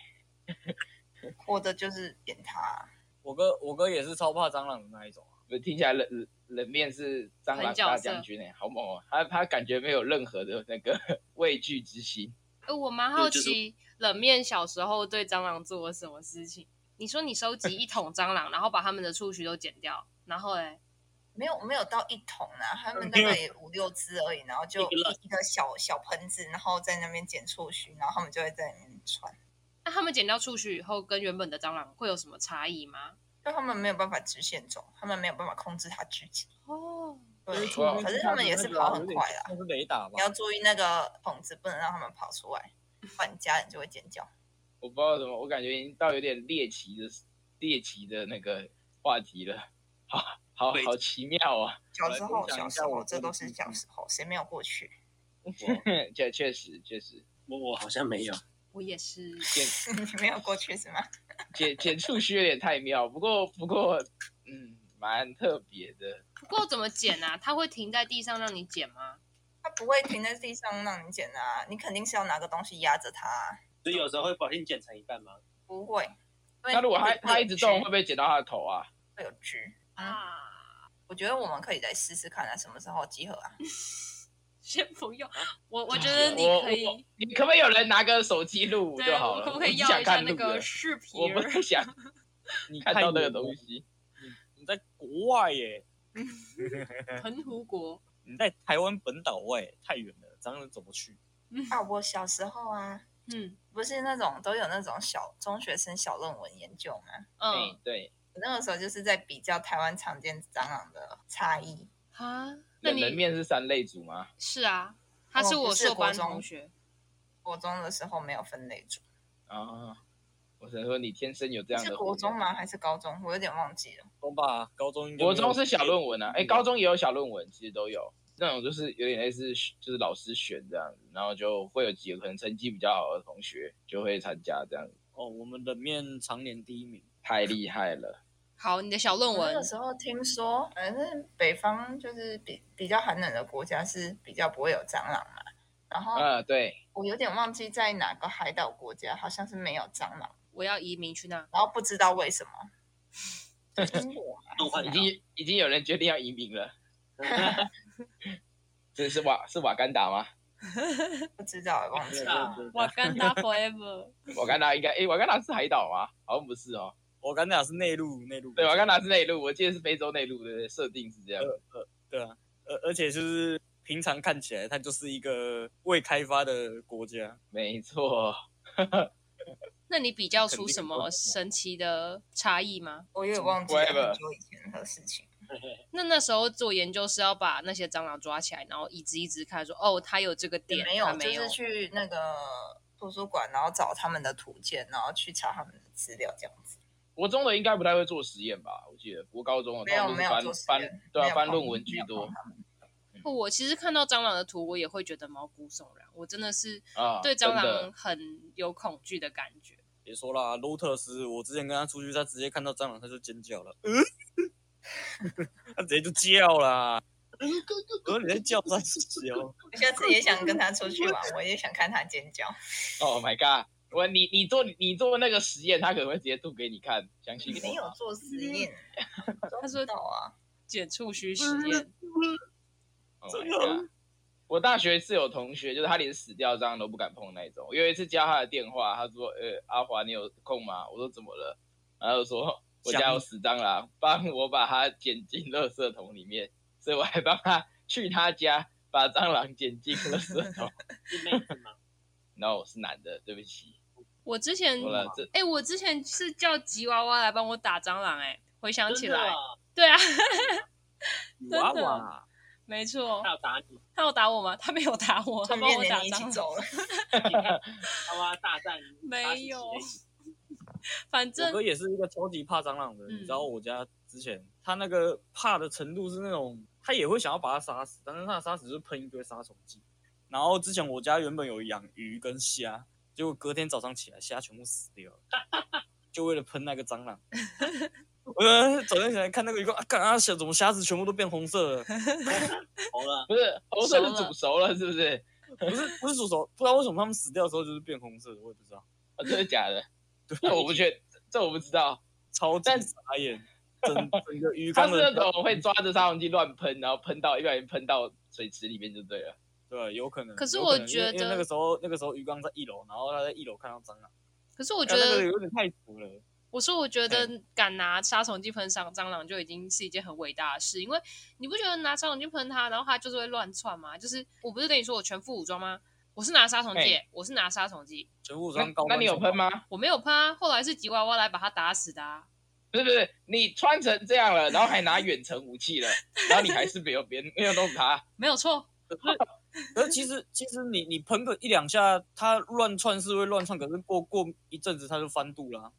[SPEAKER 2] 或者就是扁它啊，
[SPEAKER 3] 我哥，我哥也是超怕蟑螂的那一种啊。
[SPEAKER 4] 我听起来冷冷面是蟑螂
[SPEAKER 1] 狠角
[SPEAKER 4] 大
[SPEAKER 1] 色
[SPEAKER 4] 将军哎、好猛哦！他他感觉没有任何的那个 *laughs* 畏惧之心。
[SPEAKER 1] 呃，我蛮好
[SPEAKER 5] 就是
[SPEAKER 1] 奇冷面小时候对蟑螂做了什么事情。你说你收集一桶蟑螂，然后把它们的触须都剪掉，然后嘞，
[SPEAKER 2] 没有没有到一桶啊，他
[SPEAKER 4] 嗯
[SPEAKER 2] 们大概也五六只而已，然后就
[SPEAKER 5] 一个
[SPEAKER 2] 一一个小小盆子，然后在那边捡触须，然后他们就会在里面窜，
[SPEAKER 1] 那它们剪掉触须以后，跟原本的蟑螂会有什么差异吗？
[SPEAKER 2] 就他们没有办法直线走，他们没有办法控制它自己。
[SPEAKER 1] 哦，
[SPEAKER 2] 对，
[SPEAKER 4] 哇
[SPEAKER 2] 可是他们也是跑很快啦，
[SPEAKER 3] 那啊是雷达吧
[SPEAKER 2] 你？要注意那个桶子不能让他们跑出来，不然家人就会尖叫。
[SPEAKER 4] 我不知道为什么，我感觉已经到有点猎奇的猎奇的那个话题了。好好
[SPEAKER 5] 对
[SPEAKER 4] 好奇妙啊！ *laughs*
[SPEAKER 2] 小时
[SPEAKER 3] 我来
[SPEAKER 2] 候，
[SPEAKER 3] 分享
[SPEAKER 2] 小
[SPEAKER 3] 一
[SPEAKER 2] 时
[SPEAKER 3] 下我
[SPEAKER 2] 候，这
[SPEAKER 3] 这个
[SPEAKER 2] 都是
[SPEAKER 3] 故事
[SPEAKER 2] 小时候，谁没有过去？ *laughs*
[SPEAKER 4] 确确实确实
[SPEAKER 5] 我我好像没有，
[SPEAKER 1] 我也是。
[SPEAKER 2] 你没有过去是吗？
[SPEAKER 4] 剪剪触须有点太妙，不过不过嗯，蛮特别的。
[SPEAKER 1] 不过怎么剪啊？它会停在地上让你剪吗？
[SPEAKER 2] 它不会停在地上让你捡啊，你肯定是要拿个东西压着它啊、
[SPEAKER 5] *laughs* 所以有时候会不小心剪成一 *laughs* 半吗？
[SPEAKER 2] 不会。因为
[SPEAKER 4] 那如果它
[SPEAKER 2] 会
[SPEAKER 4] 它一直动，会
[SPEAKER 2] 会
[SPEAKER 4] 不会剪到它的头啊？
[SPEAKER 2] 有蛆会有蛆。
[SPEAKER 1] 啊，
[SPEAKER 2] 我觉得我们可以再试试看啊，什么时候集合啊？
[SPEAKER 1] 先不
[SPEAKER 4] *laughs*
[SPEAKER 1] 用。我我觉得你
[SPEAKER 4] 啊我
[SPEAKER 1] 可以，
[SPEAKER 4] 我你可不可以有人拿个手机录
[SPEAKER 1] 对
[SPEAKER 4] 就好
[SPEAKER 1] 我
[SPEAKER 4] 了？
[SPEAKER 1] 可不可以
[SPEAKER 4] 不
[SPEAKER 1] 要
[SPEAKER 4] 想
[SPEAKER 1] 一下
[SPEAKER 4] 看
[SPEAKER 1] 那
[SPEAKER 4] 录
[SPEAKER 1] 个
[SPEAKER 4] 了
[SPEAKER 1] 视频
[SPEAKER 4] 我
[SPEAKER 1] 儿？
[SPEAKER 4] 不想
[SPEAKER 3] 你
[SPEAKER 4] 看到那个
[SPEAKER 3] 西。
[SPEAKER 4] 东西。
[SPEAKER 3] 你在国外耶，
[SPEAKER 4] *laughs*
[SPEAKER 1] 澎湖国
[SPEAKER 3] 你在台湾本岛外太远了，蟑螂怎么去？
[SPEAKER 2] 啊，我小时候啊，
[SPEAKER 1] 嗯
[SPEAKER 2] 不是那种都有那种小中学生小论文研究吗？
[SPEAKER 4] 哎
[SPEAKER 1] 嗯，
[SPEAKER 4] 对，
[SPEAKER 2] 我那个时候就是在比较台湾常见蟑螂的差异。
[SPEAKER 1] 啊，那
[SPEAKER 4] 冷
[SPEAKER 1] 你
[SPEAKER 4] 人面是三类组吗？
[SPEAKER 1] 是啊，他是
[SPEAKER 2] 哦
[SPEAKER 1] 我
[SPEAKER 2] 不是
[SPEAKER 1] 硕班
[SPEAKER 2] 国中
[SPEAKER 1] 同学。
[SPEAKER 2] 国中的时候没有分类组，
[SPEAKER 4] 啊，我想说你天生有这样
[SPEAKER 2] 是
[SPEAKER 4] 的。
[SPEAKER 2] 国中？吗？还是高中？我有点忘记了。
[SPEAKER 3] 中吧，高中应该没
[SPEAKER 4] 国
[SPEAKER 3] 有
[SPEAKER 4] 中是小论文啊，哎、高中也有小论文，其实都有那种就是有点类似就是老师选这样子，然后就会有几个可能成绩比较好的同学就会参加这样子，
[SPEAKER 3] 哦，我们冷面常年第一名。
[SPEAKER 4] 太厉害了。
[SPEAKER 1] 好，你的小论
[SPEAKER 2] 我那
[SPEAKER 1] 文
[SPEAKER 2] 个时候听说，反正北方就是比比较寒冷的国家是比较不会有蟑螂嘛。然后
[SPEAKER 4] 啊，对，
[SPEAKER 2] 我有点忘记在哪个海岛国家，好像是没有蟑螂，
[SPEAKER 1] 我要移民去那。
[SPEAKER 2] 然后不知道为
[SPEAKER 4] *laughs*
[SPEAKER 2] 什么。英国啊
[SPEAKER 5] 动画
[SPEAKER 4] 已经已经有人决定要移民了。这是瓦是瓦干达吗？
[SPEAKER 2] 不知道，忘记
[SPEAKER 4] 啊
[SPEAKER 2] 了。
[SPEAKER 1] 我干达 forever。
[SPEAKER 4] 瓦干达应该哎、瓦干达是海岛吗？好像不是哦。
[SPEAKER 3] 我刚讲是内陆，内陆。
[SPEAKER 4] 对，瓦干达是内陆，我记得是非洲内陆的设定是这样。
[SPEAKER 3] 对啊，而而且就是平常看起来，它就是一个未开发的国家。
[SPEAKER 4] 没错，
[SPEAKER 1] *laughs* 那你比较
[SPEAKER 3] 肯
[SPEAKER 1] 出
[SPEAKER 3] 定
[SPEAKER 1] 什
[SPEAKER 3] 不会
[SPEAKER 1] 么神奇的差异吗？
[SPEAKER 2] 我也忘记了很久以前的事情。
[SPEAKER 1] 那那时候做研究是要把那些蟑螂抓起来，然后一只一只看说哦，它有这个
[SPEAKER 2] 也
[SPEAKER 1] 点，
[SPEAKER 2] 没
[SPEAKER 1] 它
[SPEAKER 2] 有，
[SPEAKER 1] 没
[SPEAKER 2] 就
[SPEAKER 1] 有
[SPEAKER 2] 是。去那个图书馆，然后找他们的图鉴，然后去查他们的资料，这样子。
[SPEAKER 4] 国中的应该不太会做实验吧？我记得国高中的
[SPEAKER 2] 没有
[SPEAKER 4] 通常都是
[SPEAKER 2] 没有
[SPEAKER 4] 翻
[SPEAKER 2] 做实验
[SPEAKER 4] 翻对
[SPEAKER 2] 没
[SPEAKER 4] 啊，
[SPEAKER 2] 有
[SPEAKER 4] 翻
[SPEAKER 2] 碰
[SPEAKER 4] 论文
[SPEAKER 2] 没
[SPEAKER 4] 居
[SPEAKER 2] 有
[SPEAKER 4] 多
[SPEAKER 2] 碰
[SPEAKER 1] 哦我其实看到蟑螂的图，我也会觉得毛骨悚然。我真的是
[SPEAKER 4] 啊。
[SPEAKER 1] 对蟑
[SPEAKER 4] 真的
[SPEAKER 1] 螂很有恐惧的感觉。
[SPEAKER 3] 别说啦，罗特斯，我之前跟他出去，他直接看到蟑螂，他就尖叫了，嗯， *laughs* 他直接就叫啦。我说你在叫三小，
[SPEAKER 2] 我下次也想跟他出去玩，我也想看他
[SPEAKER 1] *laughs*
[SPEAKER 2] 尖叫。
[SPEAKER 4] Oh my god！我你你做你做那个实验，他可能会直接吐给你看，相信
[SPEAKER 2] 没
[SPEAKER 4] 我
[SPEAKER 2] 有
[SPEAKER 4] 吧。
[SPEAKER 2] 做实验，
[SPEAKER 1] 嗯他
[SPEAKER 2] 都
[SPEAKER 1] 说
[SPEAKER 2] 知道啊，
[SPEAKER 1] 剪触须实验，
[SPEAKER 4] Oh
[SPEAKER 3] 真
[SPEAKER 4] my
[SPEAKER 3] 的
[SPEAKER 4] god！我大学是有同学，就是他连死掉的蟑螂都不敢碰那一种。我有一次加他的电话，他说：“呃，阿华，你有空吗？”我说：“怎么了？”然后他就说：“我家有死蟑螂，帮我把它捡进垃圾桶里面，所以我还帮他去他家把蟑螂捡进垃圾桶。
[SPEAKER 5] 是妹子 *laughs* 吗？
[SPEAKER 4] no，是男的，对不起，
[SPEAKER 1] 我之前
[SPEAKER 4] 好了，这
[SPEAKER 1] 哎、我之前是叫吉娃娃来帮我打蟑螂、哎，回想起
[SPEAKER 5] 真的
[SPEAKER 1] 来，
[SPEAKER 5] 啊，
[SPEAKER 1] *laughs* 对啊，的
[SPEAKER 3] 娃啊娃，
[SPEAKER 1] 没错
[SPEAKER 5] 他，有打你，
[SPEAKER 1] 他有打我吗？他没有打我，他
[SPEAKER 2] 顺
[SPEAKER 1] 嗯帮
[SPEAKER 2] 便
[SPEAKER 1] 我
[SPEAKER 2] 连
[SPEAKER 1] 打
[SPEAKER 2] 你一
[SPEAKER 1] 蟑
[SPEAKER 2] 起
[SPEAKER 1] 螂，
[SPEAKER 2] 走了，
[SPEAKER 5] 他哇大战
[SPEAKER 1] *laughs* 没有， *laughs* 反
[SPEAKER 3] 我
[SPEAKER 1] 正
[SPEAKER 3] 哥也是一个超级怕蟑螂的人，
[SPEAKER 1] 嗯
[SPEAKER 3] 你知道我家之前他那个怕的程度是那种，他也会想要把它杀死，但是他的杀死就是喷一堆杀虫剂。然后之前我家原本有养鱼跟虾，结果隔天早上起来虾全部死掉了，就为了喷那个蟑
[SPEAKER 4] *laughs*
[SPEAKER 3] 螂。我呃早上起来看那个鱼缸，啊，干啊，虾怎么虾子全部都变红色了？
[SPEAKER 5] 红了，
[SPEAKER 4] 不是红色
[SPEAKER 1] 熟
[SPEAKER 4] 是
[SPEAKER 1] 了
[SPEAKER 4] 煮熟了，是不是？
[SPEAKER 3] 不是不是煮熟，不知道为什么他们死掉的时候就是变红色的，我也不知道，
[SPEAKER 4] 啊，真的假的？这我不确，这我不知道。
[SPEAKER 3] 超级
[SPEAKER 4] 但
[SPEAKER 3] 傻眼，整整个 *laughs* 鱼
[SPEAKER 4] 他
[SPEAKER 3] 缸
[SPEAKER 4] 是
[SPEAKER 3] 的
[SPEAKER 4] 那种会抓着杀虫剂乱喷，然后喷到一不小心喷到水池里面就对了。
[SPEAKER 3] 对，有可能。
[SPEAKER 1] 可是
[SPEAKER 3] 有
[SPEAKER 1] 我
[SPEAKER 3] 能因为
[SPEAKER 1] 觉
[SPEAKER 3] 因为
[SPEAKER 1] 得
[SPEAKER 3] 那个时候那个时候鱼缸在一楼，然后他在一楼看到蟑螂，
[SPEAKER 1] 可是我
[SPEAKER 3] 我
[SPEAKER 1] 觉
[SPEAKER 3] 那个
[SPEAKER 1] 得，
[SPEAKER 3] 有点太土了。
[SPEAKER 1] 我说我觉得敢拿杀虫剂喷上蟑螂就已经是一件很伟大的事，因为你不觉得拿杀虫剂喷它，然后它就是会乱窜吗？就是我不是跟你说我全副武装吗？我是拿杀虫剂
[SPEAKER 4] 嘿，
[SPEAKER 1] 我是拿杀虫剂，
[SPEAKER 3] 全部武
[SPEAKER 4] 那
[SPEAKER 3] 装高
[SPEAKER 4] 那你有喷？吗？
[SPEAKER 1] 我没有喷啊。后来是吉娃娃来把它打死的啊。
[SPEAKER 4] 不是不是，你穿成这样了，然后还拿远程武器了，然后你还是没有别人没有弄他。
[SPEAKER 1] 没有错，
[SPEAKER 3] 可是其实其实你你喷个一两下，它乱窜是会乱窜，可是过过一阵子它就翻肚啊啦。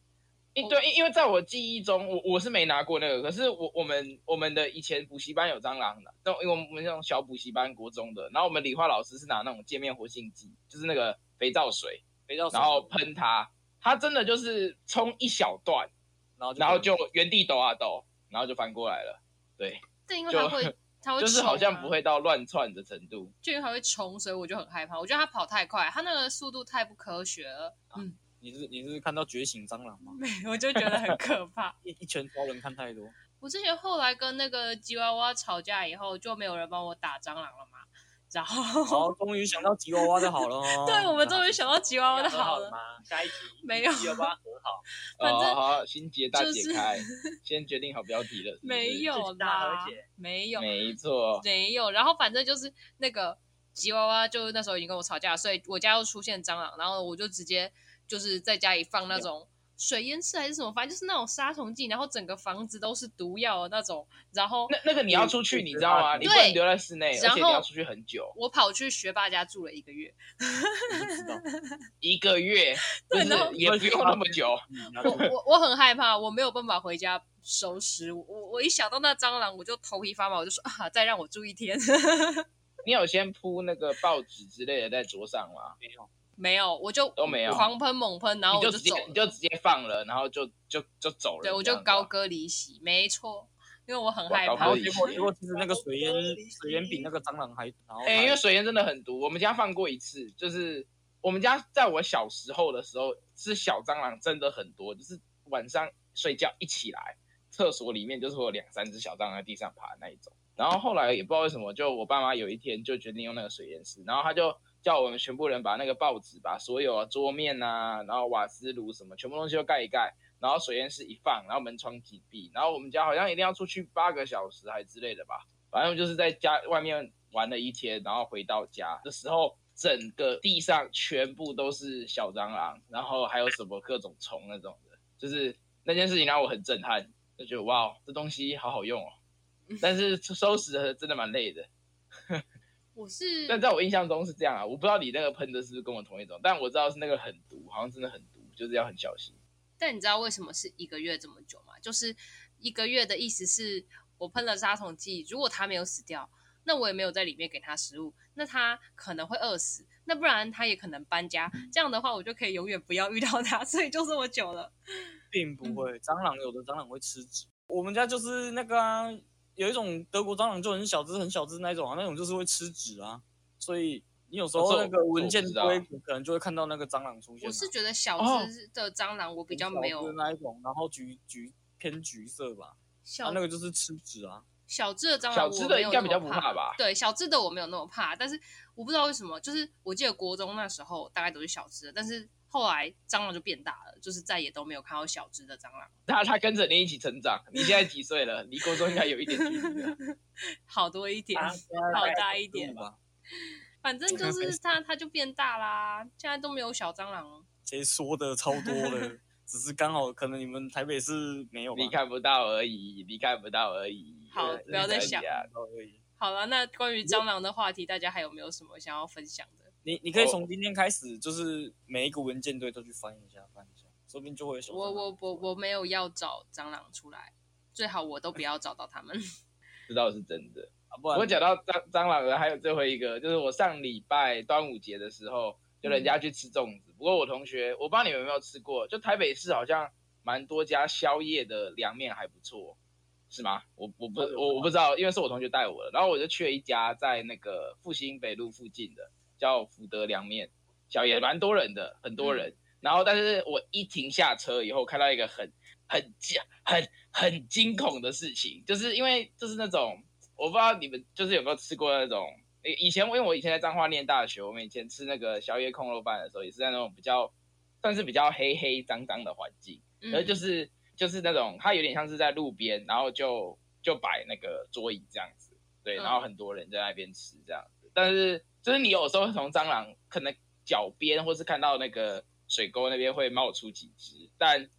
[SPEAKER 4] 因对，因因为在我记忆中，我我是没拿过那个，可是我我们我们的以前补习班有蟑螂的，那种因为我们那种小补习班国中的，然后我们理化老师是拿那种界面活性剂，就是那个肥皂水，
[SPEAKER 3] 肥皂水
[SPEAKER 4] 然后喷它，它真的就是冲一小段，
[SPEAKER 3] 然后
[SPEAKER 4] 然后就原地抖啊抖，然后就翻过来了，
[SPEAKER 1] 但因为
[SPEAKER 4] 就
[SPEAKER 1] 它
[SPEAKER 4] *laughs*
[SPEAKER 1] 会，它会、啊
[SPEAKER 4] 就是好像不，会到乱窜的程度。
[SPEAKER 1] 就因为它会冲，所以我就很害怕。我觉得它跑太快，它那个速度太不科学了， *laughs*
[SPEAKER 3] 你是你是看到觉醒蟑螂吗？
[SPEAKER 1] 我就觉得很可怕。
[SPEAKER 3] 一一拳超人看太
[SPEAKER 1] *laughs*
[SPEAKER 3] 多，
[SPEAKER 1] 我之前后来跟那个吉娃娃吵架以后，就没有人帮我打蟑螂了嘛。然
[SPEAKER 4] 哦
[SPEAKER 3] 然
[SPEAKER 1] 后，
[SPEAKER 3] 后终于想到吉娃娃的好了哦。
[SPEAKER 1] *laughs* 对
[SPEAKER 3] *laughs*
[SPEAKER 1] 我们终于想到 *laughs* 吉娃娃的
[SPEAKER 5] 和
[SPEAKER 1] 好
[SPEAKER 5] 了
[SPEAKER 1] 了，
[SPEAKER 5] 吗？下一集
[SPEAKER 1] *laughs* 没有
[SPEAKER 5] 一六八和好，
[SPEAKER 1] 反正
[SPEAKER 4] 哦，好，心结大
[SPEAKER 1] 就是
[SPEAKER 4] 解开，先决定好标题了。是不是
[SPEAKER 1] 没，有
[SPEAKER 5] 自己大
[SPEAKER 1] 啦
[SPEAKER 5] 和解，
[SPEAKER 1] 没有
[SPEAKER 4] 没错，
[SPEAKER 1] 没有。然后反正就是那个吉娃娃，就那时候已经跟我吵架，所以我家又出现蟑螂，然后我就直接就是在家里放那种水淹式还是什么，反正就是那种杀虫剂，然后整个房子都是毒药的那种，然后
[SPEAKER 4] 那那个你要出去，你知道吗？
[SPEAKER 3] 对
[SPEAKER 4] 你不能留在室内，而
[SPEAKER 1] 然
[SPEAKER 4] 且
[SPEAKER 1] 后
[SPEAKER 4] 你要出去很久，
[SPEAKER 1] 我跑去学霸家住了一个月，
[SPEAKER 3] 我不知
[SPEAKER 1] *laughs*
[SPEAKER 3] 道，
[SPEAKER 4] 一个月，不
[SPEAKER 1] 对
[SPEAKER 4] 是
[SPEAKER 1] 然后
[SPEAKER 4] 也不用那么久。
[SPEAKER 3] 嗯然
[SPEAKER 1] 我
[SPEAKER 3] 后
[SPEAKER 1] *laughs* 我我很害怕，我没有办法回家收拾。我我一想到那蟑螂，我就头皮发麻，我就说啊，再让我住一天。 *laughs*
[SPEAKER 4] 你有先铺那个报纸之类的在桌上吗？
[SPEAKER 5] 没有，
[SPEAKER 1] 没有，我就
[SPEAKER 4] 都没有，
[SPEAKER 1] 狂喷猛喷，然后
[SPEAKER 4] 你
[SPEAKER 1] 我
[SPEAKER 4] 就直
[SPEAKER 1] 走
[SPEAKER 4] 接你
[SPEAKER 1] 了。
[SPEAKER 4] 就直接放了，然后就就就走了。
[SPEAKER 1] 对，我
[SPEAKER 4] 这
[SPEAKER 1] 就
[SPEAKER 4] 样子啊
[SPEAKER 1] 高歌离席，没错，因为我很害
[SPEAKER 4] 哇
[SPEAKER 3] 然
[SPEAKER 1] 怕
[SPEAKER 4] 高
[SPEAKER 3] 后
[SPEAKER 4] 歌。
[SPEAKER 3] 结果结果其实那个水淹水淹比那个蟑螂还，然后
[SPEAKER 4] 哎、
[SPEAKER 3] 还
[SPEAKER 4] 因为水淹真的很毒，我们家放过一次，就是我们家在我小时候的时候，是小蟑螂真的很多，就是晚上睡觉一起来，厕所里面就是会有两三只小蟑螂在地上爬的那一种。然后后来也不知道为什么，就我爸妈有一天就决定用那个水淹式，然后他就叫我们全部人把那个报纸、把所有啊桌面啊，然后瓦斯炉什么，全部东西都盖一盖，然后水淹室一放，然后门窗紧闭，然后我们家好像一定要出去八个小时还之类的吧，反正就是在家外面玩了一天，然后回到家的时候，整个地上全部都是小蟑螂，然后还有什么各种虫那种的，就是那件事情让我很震撼，就觉得哇，这东西好
[SPEAKER 1] *laughs*
[SPEAKER 4] 好用哦，但是收拾的真的蛮累的。
[SPEAKER 1] 我是
[SPEAKER 4] 但在我印象中是这样啊，我不知道你那个喷的是不是跟我同一种，但我知道是那个很毒，好像真的很毒，就是要很小心。
[SPEAKER 1] 但你知道为什么是一个月这么久吗？就是一个月的意思是我喷了杀虫剂，如果它没有死掉，那我也没有在里面给它食物，那它可能会饿死，那不然它也可能搬家。
[SPEAKER 4] 嗯
[SPEAKER 1] 这样的话，我就可以永远不要遇到它，所以就这么久了。
[SPEAKER 3] 并
[SPEAKER 4] 嗯
[SPEAKER 3] 不会，蟑螂有的蟑螂会吃纸。我们家就是那个啊，有一种德国蟑螂就很小只很小只那一种啊，那种就是会吃纸啊，所以你有时
[SPEAKER 4] 哦这
[SPEAKER 3] 候
[SPEAKER 4] 我
[SPEAKER 3] 那个文件
[SPEAKER 4] 这我不知道
[SPEAKER 3] 堆可能就会看到那个蟑螂出现、啊。
[SPEAKER 1] 我是觉得小只的蟑螂我比较没有
[SPEAKER 3] 很小只那一种，然后橘橘偏橘色吧，
[SPEAKER 1] 小、
[SPEAKER 3] 啊那个就是吃纸啊，
[SPEAKER 1] 小只的蟑螂
[SPEAKER 4] 小
[SPEAKER 1] 我
[SPEAKER 4] 只
[SPEAKER 1] 没
[SPEAKER 4] 的
[SPEAKER 1] 有
[SPEAKER 4] 应
[SPEAKER 1] 那
[SPEAKER 4] 该
[SPEAKER 1] 么
[SPEAKER 4] 比较不怕吧？
[SPEAKER 1] 对，小只的我没有那么怕，但是我不知道为什么，就是我记得国中那时候大概都是小只的，但是后来蟑螂就变大了，就是再也都没有看到小只的蟑螂，
[SPEAKER 4] 那他跟着你一起成长。你现在几岁了？离国中应该有一点距离了。
[SPEAKER 1] 好多一点，
[SPEAKER 3] 啊
[SPEAKER 1] 好大一点。
[SPEAKER 3] 吧，
[SPEAKER 1] 反正就是它，它就变大啦，现在都没有小蟑螂了。
[SPEAKER 3] 谁说的超多
[SPEAKER 1] *laughs*
[SPEAKER 3] 的，只是刚好可能你们台北市没有吧
[SPEAKER 4] 你，看不到而已，你看不到而已。
[SPEAKER 1] 好
[SPEAKER 4] 对
[SPEAKER 1] 不要再
[SPEAKER 4] 可以
[SPEAKER 1] 想
[SPEAKER 4] 啊
[SPEAKER 3] 到而已。
[SPEAKER 1] 好了，那关于蟑螂的话题，大家还有没有什么想要分享的？
[SPEAKER 3] 你
[SPEAKER 4] 哦
[SPEAKER 3] 你可以从今天开始，就是每一个文件堆都去翻一下，翻一下，说不定就会有小蟑
[SPEAKER 1] 我
[SPEAKER 3] 螂
[SPEAKER 1] 我我我没有要找蟑螂出来，最好我都不要找到它们。 *laughs*
[SPEAKER 4] 知道是真的。
[SPEAKER 3] 啊不然
[SPEAKER 4] 我讲到蟑蟑螂了，还有最后一个，就是我上礼拜端午节的时候，就人家去吃粽子。不过我同学，我不知道你们有没有吃过，就台北市好像蛮多家宵夜的凉面还不错，是吗？我我不我我不知道，因为是我同学带我的，然后我就去了一家在那个复兴北路附近的，叫福德凉面，宵夜蛮多人的，很多人。然后但是我一停下车以后，看到一个很很惊很很惊恐的事情，就是因为就是那种我不知道你们就是有没有吃过那种，诶以前因为我以前在彰化念大学，我们以前吃那个宵夜空肉饭的时候，也是在那种比较算是比较黑黑脏脏的环境，
[SPEAKER 1] 嗯
[SPEAKER 4] 然后就是就是那种它有点像是在路边，然后就就摆那个桌椅这样子，对，
[SPEAKER 1] 嗯
[SPEAKER 4] 然后很多人在那边吃这样子，但是就是你有时候会从蟑螂可能脚边或是看到那个水沟那边会冒出几只，但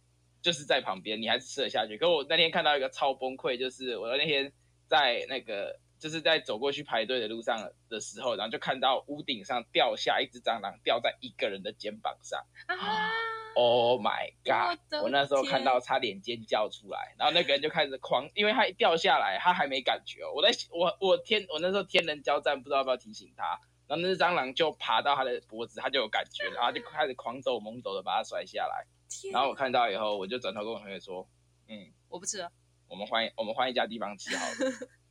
[SPEAKER 4] 就是在旁边你还是吃得下去。可我那天看到一个超崩溃，就是我那天在那个就是在走过去排队的路上的时候，然后就看到屋顶上掉下一只蟑螂，掉在一个人的肩膀上。
[SPEAKER 1] 啊，
[SPEAKER 4] Oh my god！
[SPEAKER 1] 我的
[SPEAKER 4] 我那时候看
[SPEAKER 1] 天
[SPEAKER 4] 到差点尖叫出来，然后那个人就开始狂，因为他一掉下来，他还没感觉、哦。我在我我天，我那时候天人交战，不知道要不要提醒他。然后那只蟑螂就爬到他的脖子，他就有感觉，然后他就开始狂走猛走的把它甩下来。
[SPEAKER 1] 天
[SPEAKER 4] 然后我看到以后，我就转头跟我同学说：“嗯，
[SPEAKER 1] 我不吃了，
[SPEAKER 4] 我们换一我们换一家地方吃好了。”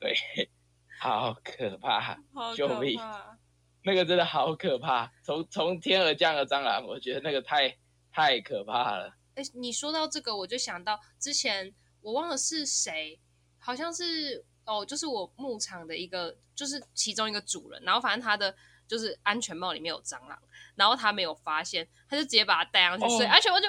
[SPEAKER 4] 对，好可怕，
[SPEAKER 1] 好
[SPEAKER 4] 救
[SPEAKER 1] 可
[SPEAKER 4] 命
[SPEAKER 1] 怕！
[SPEAKER 4] 那个真的好可怕，从从天而降的蟑螂，我觉得那个太太可怕了。
[SPEAKER 1] 哎、你说到这个，我就想到之前我忘了是谁，好像是哦，就是我牧场的一个，就是其中一个主人，然后反正他的就是安全帽里面有蟑螂，然后他没有发现，他就直接把它戴上去，
[SPEAKER 4] 哦
[SPEAKER 1] 所以安全帽就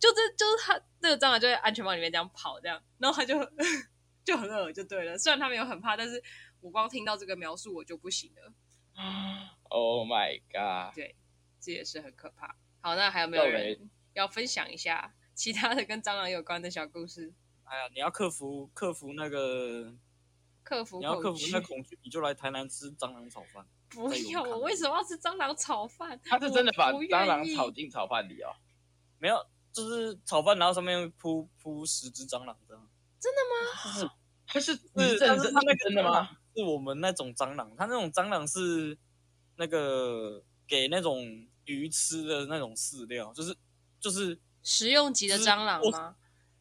[SPEAKER 1] 就是就是他那个蟑螂就在安全帽里面这样跑这样，然后他就 *laughs* 就很恶就对了，虽然他没有很怕，但是我光听到这个描述我就不行了，
[SPEAKER 4] Oh my god！
[SPEAKER 1] 这也是很可怕。好，那还有没
[SPEAKER 4] 那
[SPEAKER 1] 有
[SPEAKER 4] 我们
[SPEAKER 1] 人要分享一下其他的跟蟑螂有关的小故事？
[SPEAKER 3] 哎呀，你要克服克服那个，
[SPEAKER 1] 克服
[SPEAKER 3] 你要克
[SPEAKER 1] 恐
[SPEAKER 3] 服
[SPEAKER 1] 惧。
[SPEAKER 3] 那恐惧，你就来台南吃蟑螂炒饭。
[SPEAKER 1] 不
[SPEAKER 3] 在永
[SPEAKER 1] 要，
[SPEAKER 3] 康
[SPEAKER 1] 我为什么要吃蟑螂炒饭？
[SPEAKER 4] 他是真的把
[SPEAKER 1] 我不
[SPEAKER 4] 蟑螂
[SPEAKER 1] 愿意
[SPEAKER 4] 炒进炒饭里哦。
[SPEAKER 3] 没有，就是炒饭，然后上面铺铺十只蟑螂这样。
[SPEAKER 4] 他是
[SPEAKER 3] 是
[SPEAKER 4] 是真
[SPEAKER 3] 嗯但是
[SPEAKER 4] 是
[SPEAKER 3] 他那个
[SPEAKER 4] 真的吗？
[SPEAKER 3] 是我们那种蟑螂，它那种蟑螂是那个给那种鱼吃的那种饲料，就是就是
[SPEAKER 1] 食用级的蟑螂吗？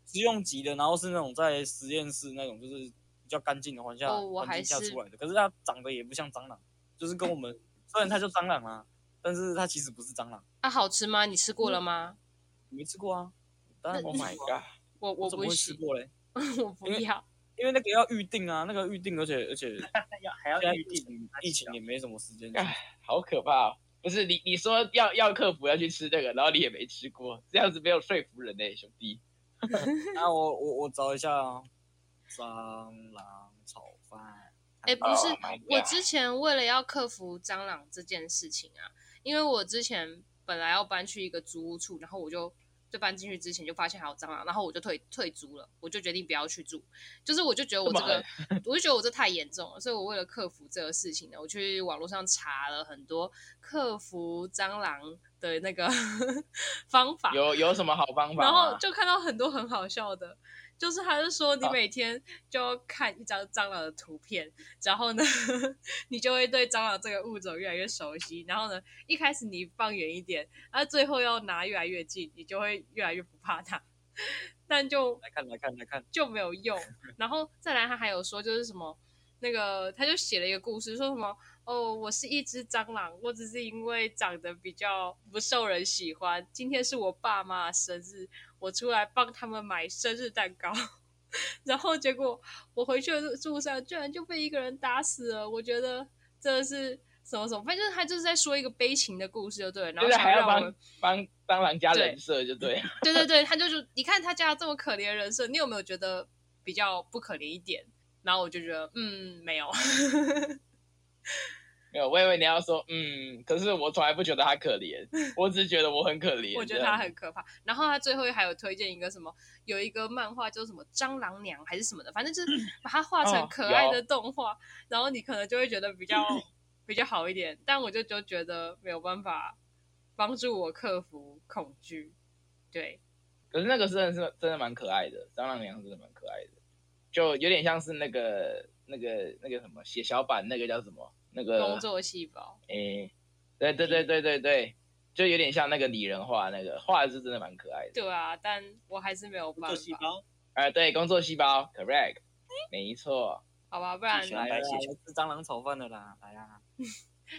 [SPEAKER 3] 食用级的，然后是那种在实验室那种，就是比较干净的环下、
[SPEAKER 1] 哦我
[SPEAKER 3] 环
[SPEAKER 1] 还
[SPEAKER 3] 境下
[SPEAKER 1] 是
[SPEAKER 3] 出来的。可是它长得也不像蟑螂，就是跟
[SPEAKER 1] *laughs*
[SPEAKER 3] 我们虽然它叫蟑螂啊，但是它其实不是蟑螂。
[SPEAKER 1] 它、啊好吃吗？你吃过了吗？
[SPEAKER 3] 你没吃过啊？当然没
[SPEAKER 4] Oh
[SPEAKER 3] 吃过
[SPEAKER 1] *laughs*
[SPEAKER 3] 啊
[SPEAKER 4] my god！
[SPEAKER 1] 我
[SPEAKER 3] 我
[SPEAKER 1] 我
[SPEAKER 3] 怎么
[SPEAKER 1] 不
[SPEAKER 3] 会吃
[SPEAKER 1] 行，
[SPEAKER 3] 过嘞？
[SPEAKER 1] 我不要。
[SPEAKER 3] 因为那个啊要预定啊，那个预定，而且
[SPEAKER 1] *laughs*
[SPEAKER 3] 而且现
[SPEAKER 5] *laughs* 要还要
[SPEAKER 3] 在
[SPEAKER 5] 预
[SPEAKER 3] 疫
[SPEAKER 5] *laughs* 定，
[SPEAKER 3] 情疫情也没什么时间去。
[SPEAKER 4] 哎好可怕哦！不是你你说要要克服要去吃这个，然后你也没吃过，这样子没有说服人呢、兄弟。
[SPEAKER 3] 那我我我找一下啊，蟑螂炒饭。
[SPEAKER 1] 哎、不是
[SPEAKER 3] 哦
[SPEAKER 4] Oh my god
[SPEAKER 1] 我之前为了要克服蟑螂这件事情啊，因为我之前本来要搬去一个租屋处，然后我就就搬进去之前就发现还有蟑螂，然后我就退退租了，我就决定不要去住。就是我就觉得我这个， *laughs* 我就觉得我这太严重了，所以我为了克服这个事情呢，我去网络上查了很多克服蟑螂的那个 *laughs* 方法，
[SPEAKER 4] 有有什么好方法
[SPEAKER 1] 然后
[SPEAKER 4] 吗？哦
[SPEAKER 1] 就看到很多很好笑的，就是他就说你每天就要看一张蟑螂的图片，然后呢， *laughs* 你就会对蟑螂这个物种越来越熟悉。然后呢，一开始你放远一点，然后最后要拿越来越近，你就会越来越不怕它， *laughs* 但就
[SPEAKER 3] 来看来看来看，
[SPEAKER 1] 就没有用。然后再来，他还有说就是什么那个，他就写了一个故事，说什么哦，我是一只蟑螂，我只是因为长得比较不受人喜欢。今天是我爸妈的生日，我出来帮他们买生日蛋糕。 *laughs* 然后结果我回去的路上，居然就被一个人打死了。我觉得真的是什么什么，反正他就是在说一个悲情的故事，就对了，然
[SPEAKER 4] 就
[SPEAKER 1] 后
[SPEAKER 4] 是
[SPEAKER 1] 想
[SPEAKER 4] 还要
[SPEAKER 1] 让我
[SPEAKER 4] 帮
[SPEAKER 1] 们，
[SPEAKER 4] 帮蟑螂加人设就
[SPEAKER 1] *laughs*
[SPEAKER 4] 对了，
[SPEAKER 1] 对对对，他就是你看他家这么可怜的人设，你有没有觉得比较不可怜一点？然后我就觉得，嗯，没有，
[SPEAKER 4] 没有，我以为你要说嗯，可是我从来不觉得他可怜，我只是觉得我很可怜。
[SPEAKER 1] 我觉得
[SPEAKER 4] 这样
[SPEAKER 1] 他很可怕。然后他最后还有推荐一个什么，有一个漫画叫什么《蟑螂娘》还是什么的，反正就是把它画成
[SPEAKER 4] 哦
[SPEAKER 1] 可爱
[SPEAKER 4] 有
[SPEAKER 1] 的动画，然后你可能就会觉得比较比较好一点。但我就就觉得没有办法帮助我克服恐惧。对，
[SPEAKER 4] 可是那个真的是真的蛮可爱的，蟑螂娘真的蛮可爱的，就有点像是那个那个那个什么血小板那个叫什么那个
[SPEAKER 1] 工作细胞，
[SPEAKER 4] 诶、对对对对对对，就有点像那个拟人化那个画的是真的蛮可爱的。
[SPEAKER 1] 对啊，但我还是没有
[SPEAKER 5] 工
[SPEAKER 1] 办
[SPEAKER 5] 作细
[SPEAKER 1] 法。
[SPEAKER 5] 胞，
[SPEAKER 4] 哎、对，工作细胞，correct，没错。
[SPEAKER 1] 好吧，不然
[SPEAKER 2] 喜，欢
[SPEAKER 3] 来
[SPEAKER 2] 白
[SPEAKER 3] 来
[SPEAKER 2] 血球
[SPEAKER 3] 来吃蟑螂炒饭的啦，来啊！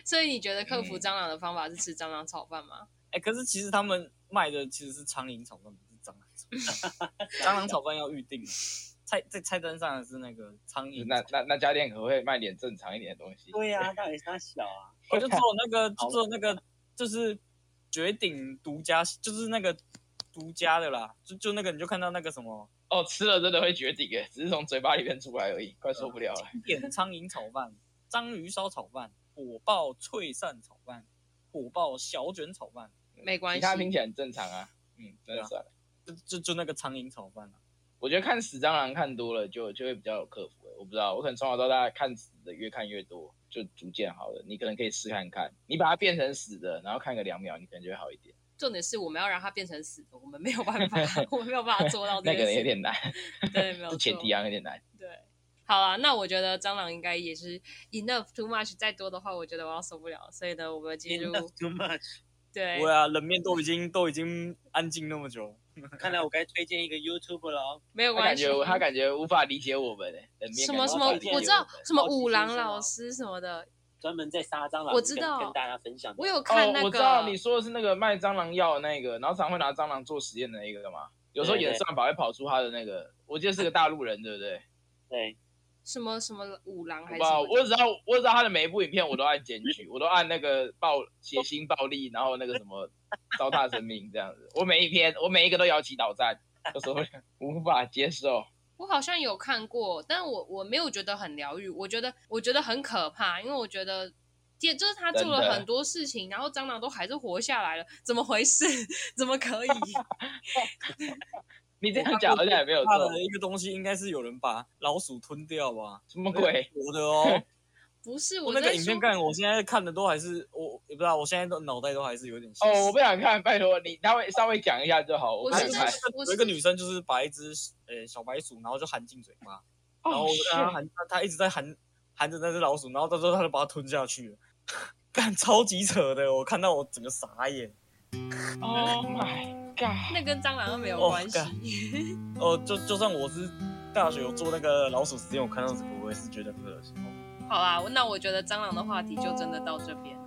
[SPEAKER 1] 所以你觉得克服
[SPEAKER 4] 嗯
[SPEAKER 1] 蟑螂的方法是吃蟑螂炒饭吗？
[SPEAKER 3] 哎、可是其实他们卖的其实是苍蝇炒饭，不是蟑螂炒饭。蟑螂炒饭要预定，菜在菜单上的是那个苍蝇。
[SPEAKER 4] 那那那家店可不可以卖点正常一点的东西？
[SPEAKER 5] *laughs* 对呀、啊，到底是他小 *laughs* 啊？
[SPEAKER 3] 我就做那个，就做那个，就是绝顶独家，就是那个独家的啦。就就那个，你就看到那个什么
[SPEAKER 4] 哦，吃了真的会绝顶诶，只是从嘴巴里面出来而已，快受不了了。
[SPEAKER 3] 经典苍蝇炒饭、章鱼烧炒饭、火爆脆扇炒饭、火爆小卷炒饭，
[SPEAKER 1] 没关系
[SPEAKER 4] 其他听起来很正常啊。嗯，那就算了。
[SPEAKER 3] 就就就那个苍蝇炒饭啊。
[SPEAKER 4] 我觉得看死蟑螂看多了就，就会比较有克服欸了。我不知道，我可能从小到大看死的越看越多，就逐渐好了。你可能可以试看看，你把它变成死的，然后看个两秒，你可能就会好一点。
[SPEAKER 1] 重点是我们要让它变成死的，我们没有办
[SPEAKER 4] *laughs*
[SPEAKER 1] 法，我们没有办法做到这
[SPEAKER 4] 那可
[SPEAKER 1] 件
[SPEAKER 4] 能有
[SPEAKER 1] 事。
[SPEAKER 4] 点难，
[SPEAKER 1] 对，没有
[SPEAKER 4] 这
[SPEAKER 1] 错。
[SPEAKER 4] 前提啊有点难。
[SPEAKER 1] 对，好啊，那我觉得蟑螂应该也是 enough too much，再多的话，我觉得我要受不了。所以呢，我们进入
[SPEAKER 5] Enough too much。
[SPEAKER 1] 对
[SPEAKER 3] 对啊，冷面都已经都已经安静那么久了，
[SPEAKER 5] 看来我该推荐一个 YouTube 了。哦
[SPEAKER 1] 没有
[SPEAKER 4] 他
[SPEAKER 1] 关
[SPEAKER 4] 感
[SPEAKER 1] 系。
[SPEAKER 4] 觉他感觉无法理解我们诶、欸人
[SPEAKER 1] 什
[SPEAKER 4] 面感
[SPEAKER 1] 么
[SPEAKER 4] 觉
[SPEAKER 1] 什
[SPEAKER 4] 无
[SPEAKER 1] 么
[SPEAKER 4] 法
[SPEAKER 5] 我
[SPEAKER 4] 理解，
[SPEAKER 5] 我
[SPEAKER 1] 我知道
[SPEAKER 4] 们
[SPEAKER 1] 什么
[SPEAKER 5] 好奇
[SPEAKER 1] 五
[SPEAKER 5] 先
[SPEAKER 1] 郎
[SPEAKER 5] 生
[SPEAKER 1] 老
[SPEAKER 5] 哦
[SPEAKER 1] 师什么的，
[SPEAKER 5] 专门在杀蟑螂，
[SPEAKER 1] 我知道
[SPEAKER 5] 跟跟大家分享的。
[SPEAKER 1] 我有看
[SPEAKER 4] 哦，
[SPEAKER 1] 那
[SPEAKER 4] 我
[SPEAKER 1] 个，
[SPEAKER 4] 知道你说的是那个卖蟑螂药的那个，然后常会拿蟑螂做实验的那个嘛。有时候
[SPEAKER 5] 对对
[SPEAKER 4] 演算法会跑出他的那个，我记得是个大陆人，对不对？
[SPEAKER 5] 对，
[SPEAKER 1] 什么什么五郎还是
[SPEAKER 4] 好不
[SPEAKER 1] 什
[SPEAKER 4] 好？
[SPEAKER 1] 么
[SPEAKER 4] 我
[SPEAKER 1] 的，
[SPEAKER 4] 只知道，我只知道他的每一部影片我都按检
[SPEAKER 1] *laughs*
[SPEAKER 4] 举，我都按那个暴血腥暴力，然后那个
[SPEAKER 1] *laughs*
[SPEAKER 4] 什么糟蹋生命这样子。我每一篇，我每一个都摇旗倒站，有时候无法接受。
[SPEAKER 1] 我好像有看过，但我我没有觉得很疗愈，我觉得我觉得很可怕，因为我觉得。也就是他做
[SPEAKER 4] 真
[SPEAKER 1] 了
[SPEAKER 4] 的
[SPEAKER 1] 很多事情，然后蟑螂都还是活下来了，怎么回事？ *laughs* 怎么可以？
[SPEAKER 4] 你这样讲好像也没有
[SPEAKER 3] 大
[SPEAKER 4] 错，
[SPEAKER 3] 的一个东西应该是有人把老鼠吞掉吧？
[SPEAKER 4] 什么鬼？
[SPEAKER 3] 活的哦。
[SPEAKER 1] 不
[SPEAKER 3] *laughs*
[SPEAKER 1] 是
[SPEAKER 3] 我
[SPEAKER 1] 我
[SPEAKER 3] 那个
[SPEAKER 1] 在
[SPEAKER 3] 影
[SPEAKER 1] 说
[SPEAKER 3] 片看，我现在看的都还是我也不知道，我现在都脑袋都还是有点血丝
[SPEAKER 4] 哦，我不想看，拜托你，他会稍微讲一下就好。
[SPEAKER 1] 我
[SPEAKER 4] 看
[SPEAKER 1] 是
[SPEAKER 4] 不
[SPEAKER 1] 在
[SPEAKER 4] 看
[SPEAKER 3] 哎
[SPEAKER 1] 我
[SPEAKER 3] 有一
[SPEAKER 1] 是
[SPEAKER 3] 个女生就是把一只呃小白鼠，然后就含进嘴巴，然后
[SPEAKER 4] 哦
[SPEAKER 3] 让它
[SPEAKER 4] 是
[SPEAKER 3] 含，她她一直在含含着那只老鼠，然后到最后她就把它吞下去了， *laughs* 干超级扯的，我看到我整个傻眼。
[SPEAKER 4] ，Oh
[SPEAKER 1] 哦
[SPEAKER 4] my god！
[SPEAKER 1] 那跟蟑螂又没有
[SPEAKER 3] 哦
[SPEAKER 1] 关系。 *laughs*
[SPEAKER 3] 干哦，就就算我是大学有做那个老鼠实验，我看到这个我也是觉得很恶心。
[SPEAKER 1] 好啦，那我觉得蟑螂的话题就真的到这边。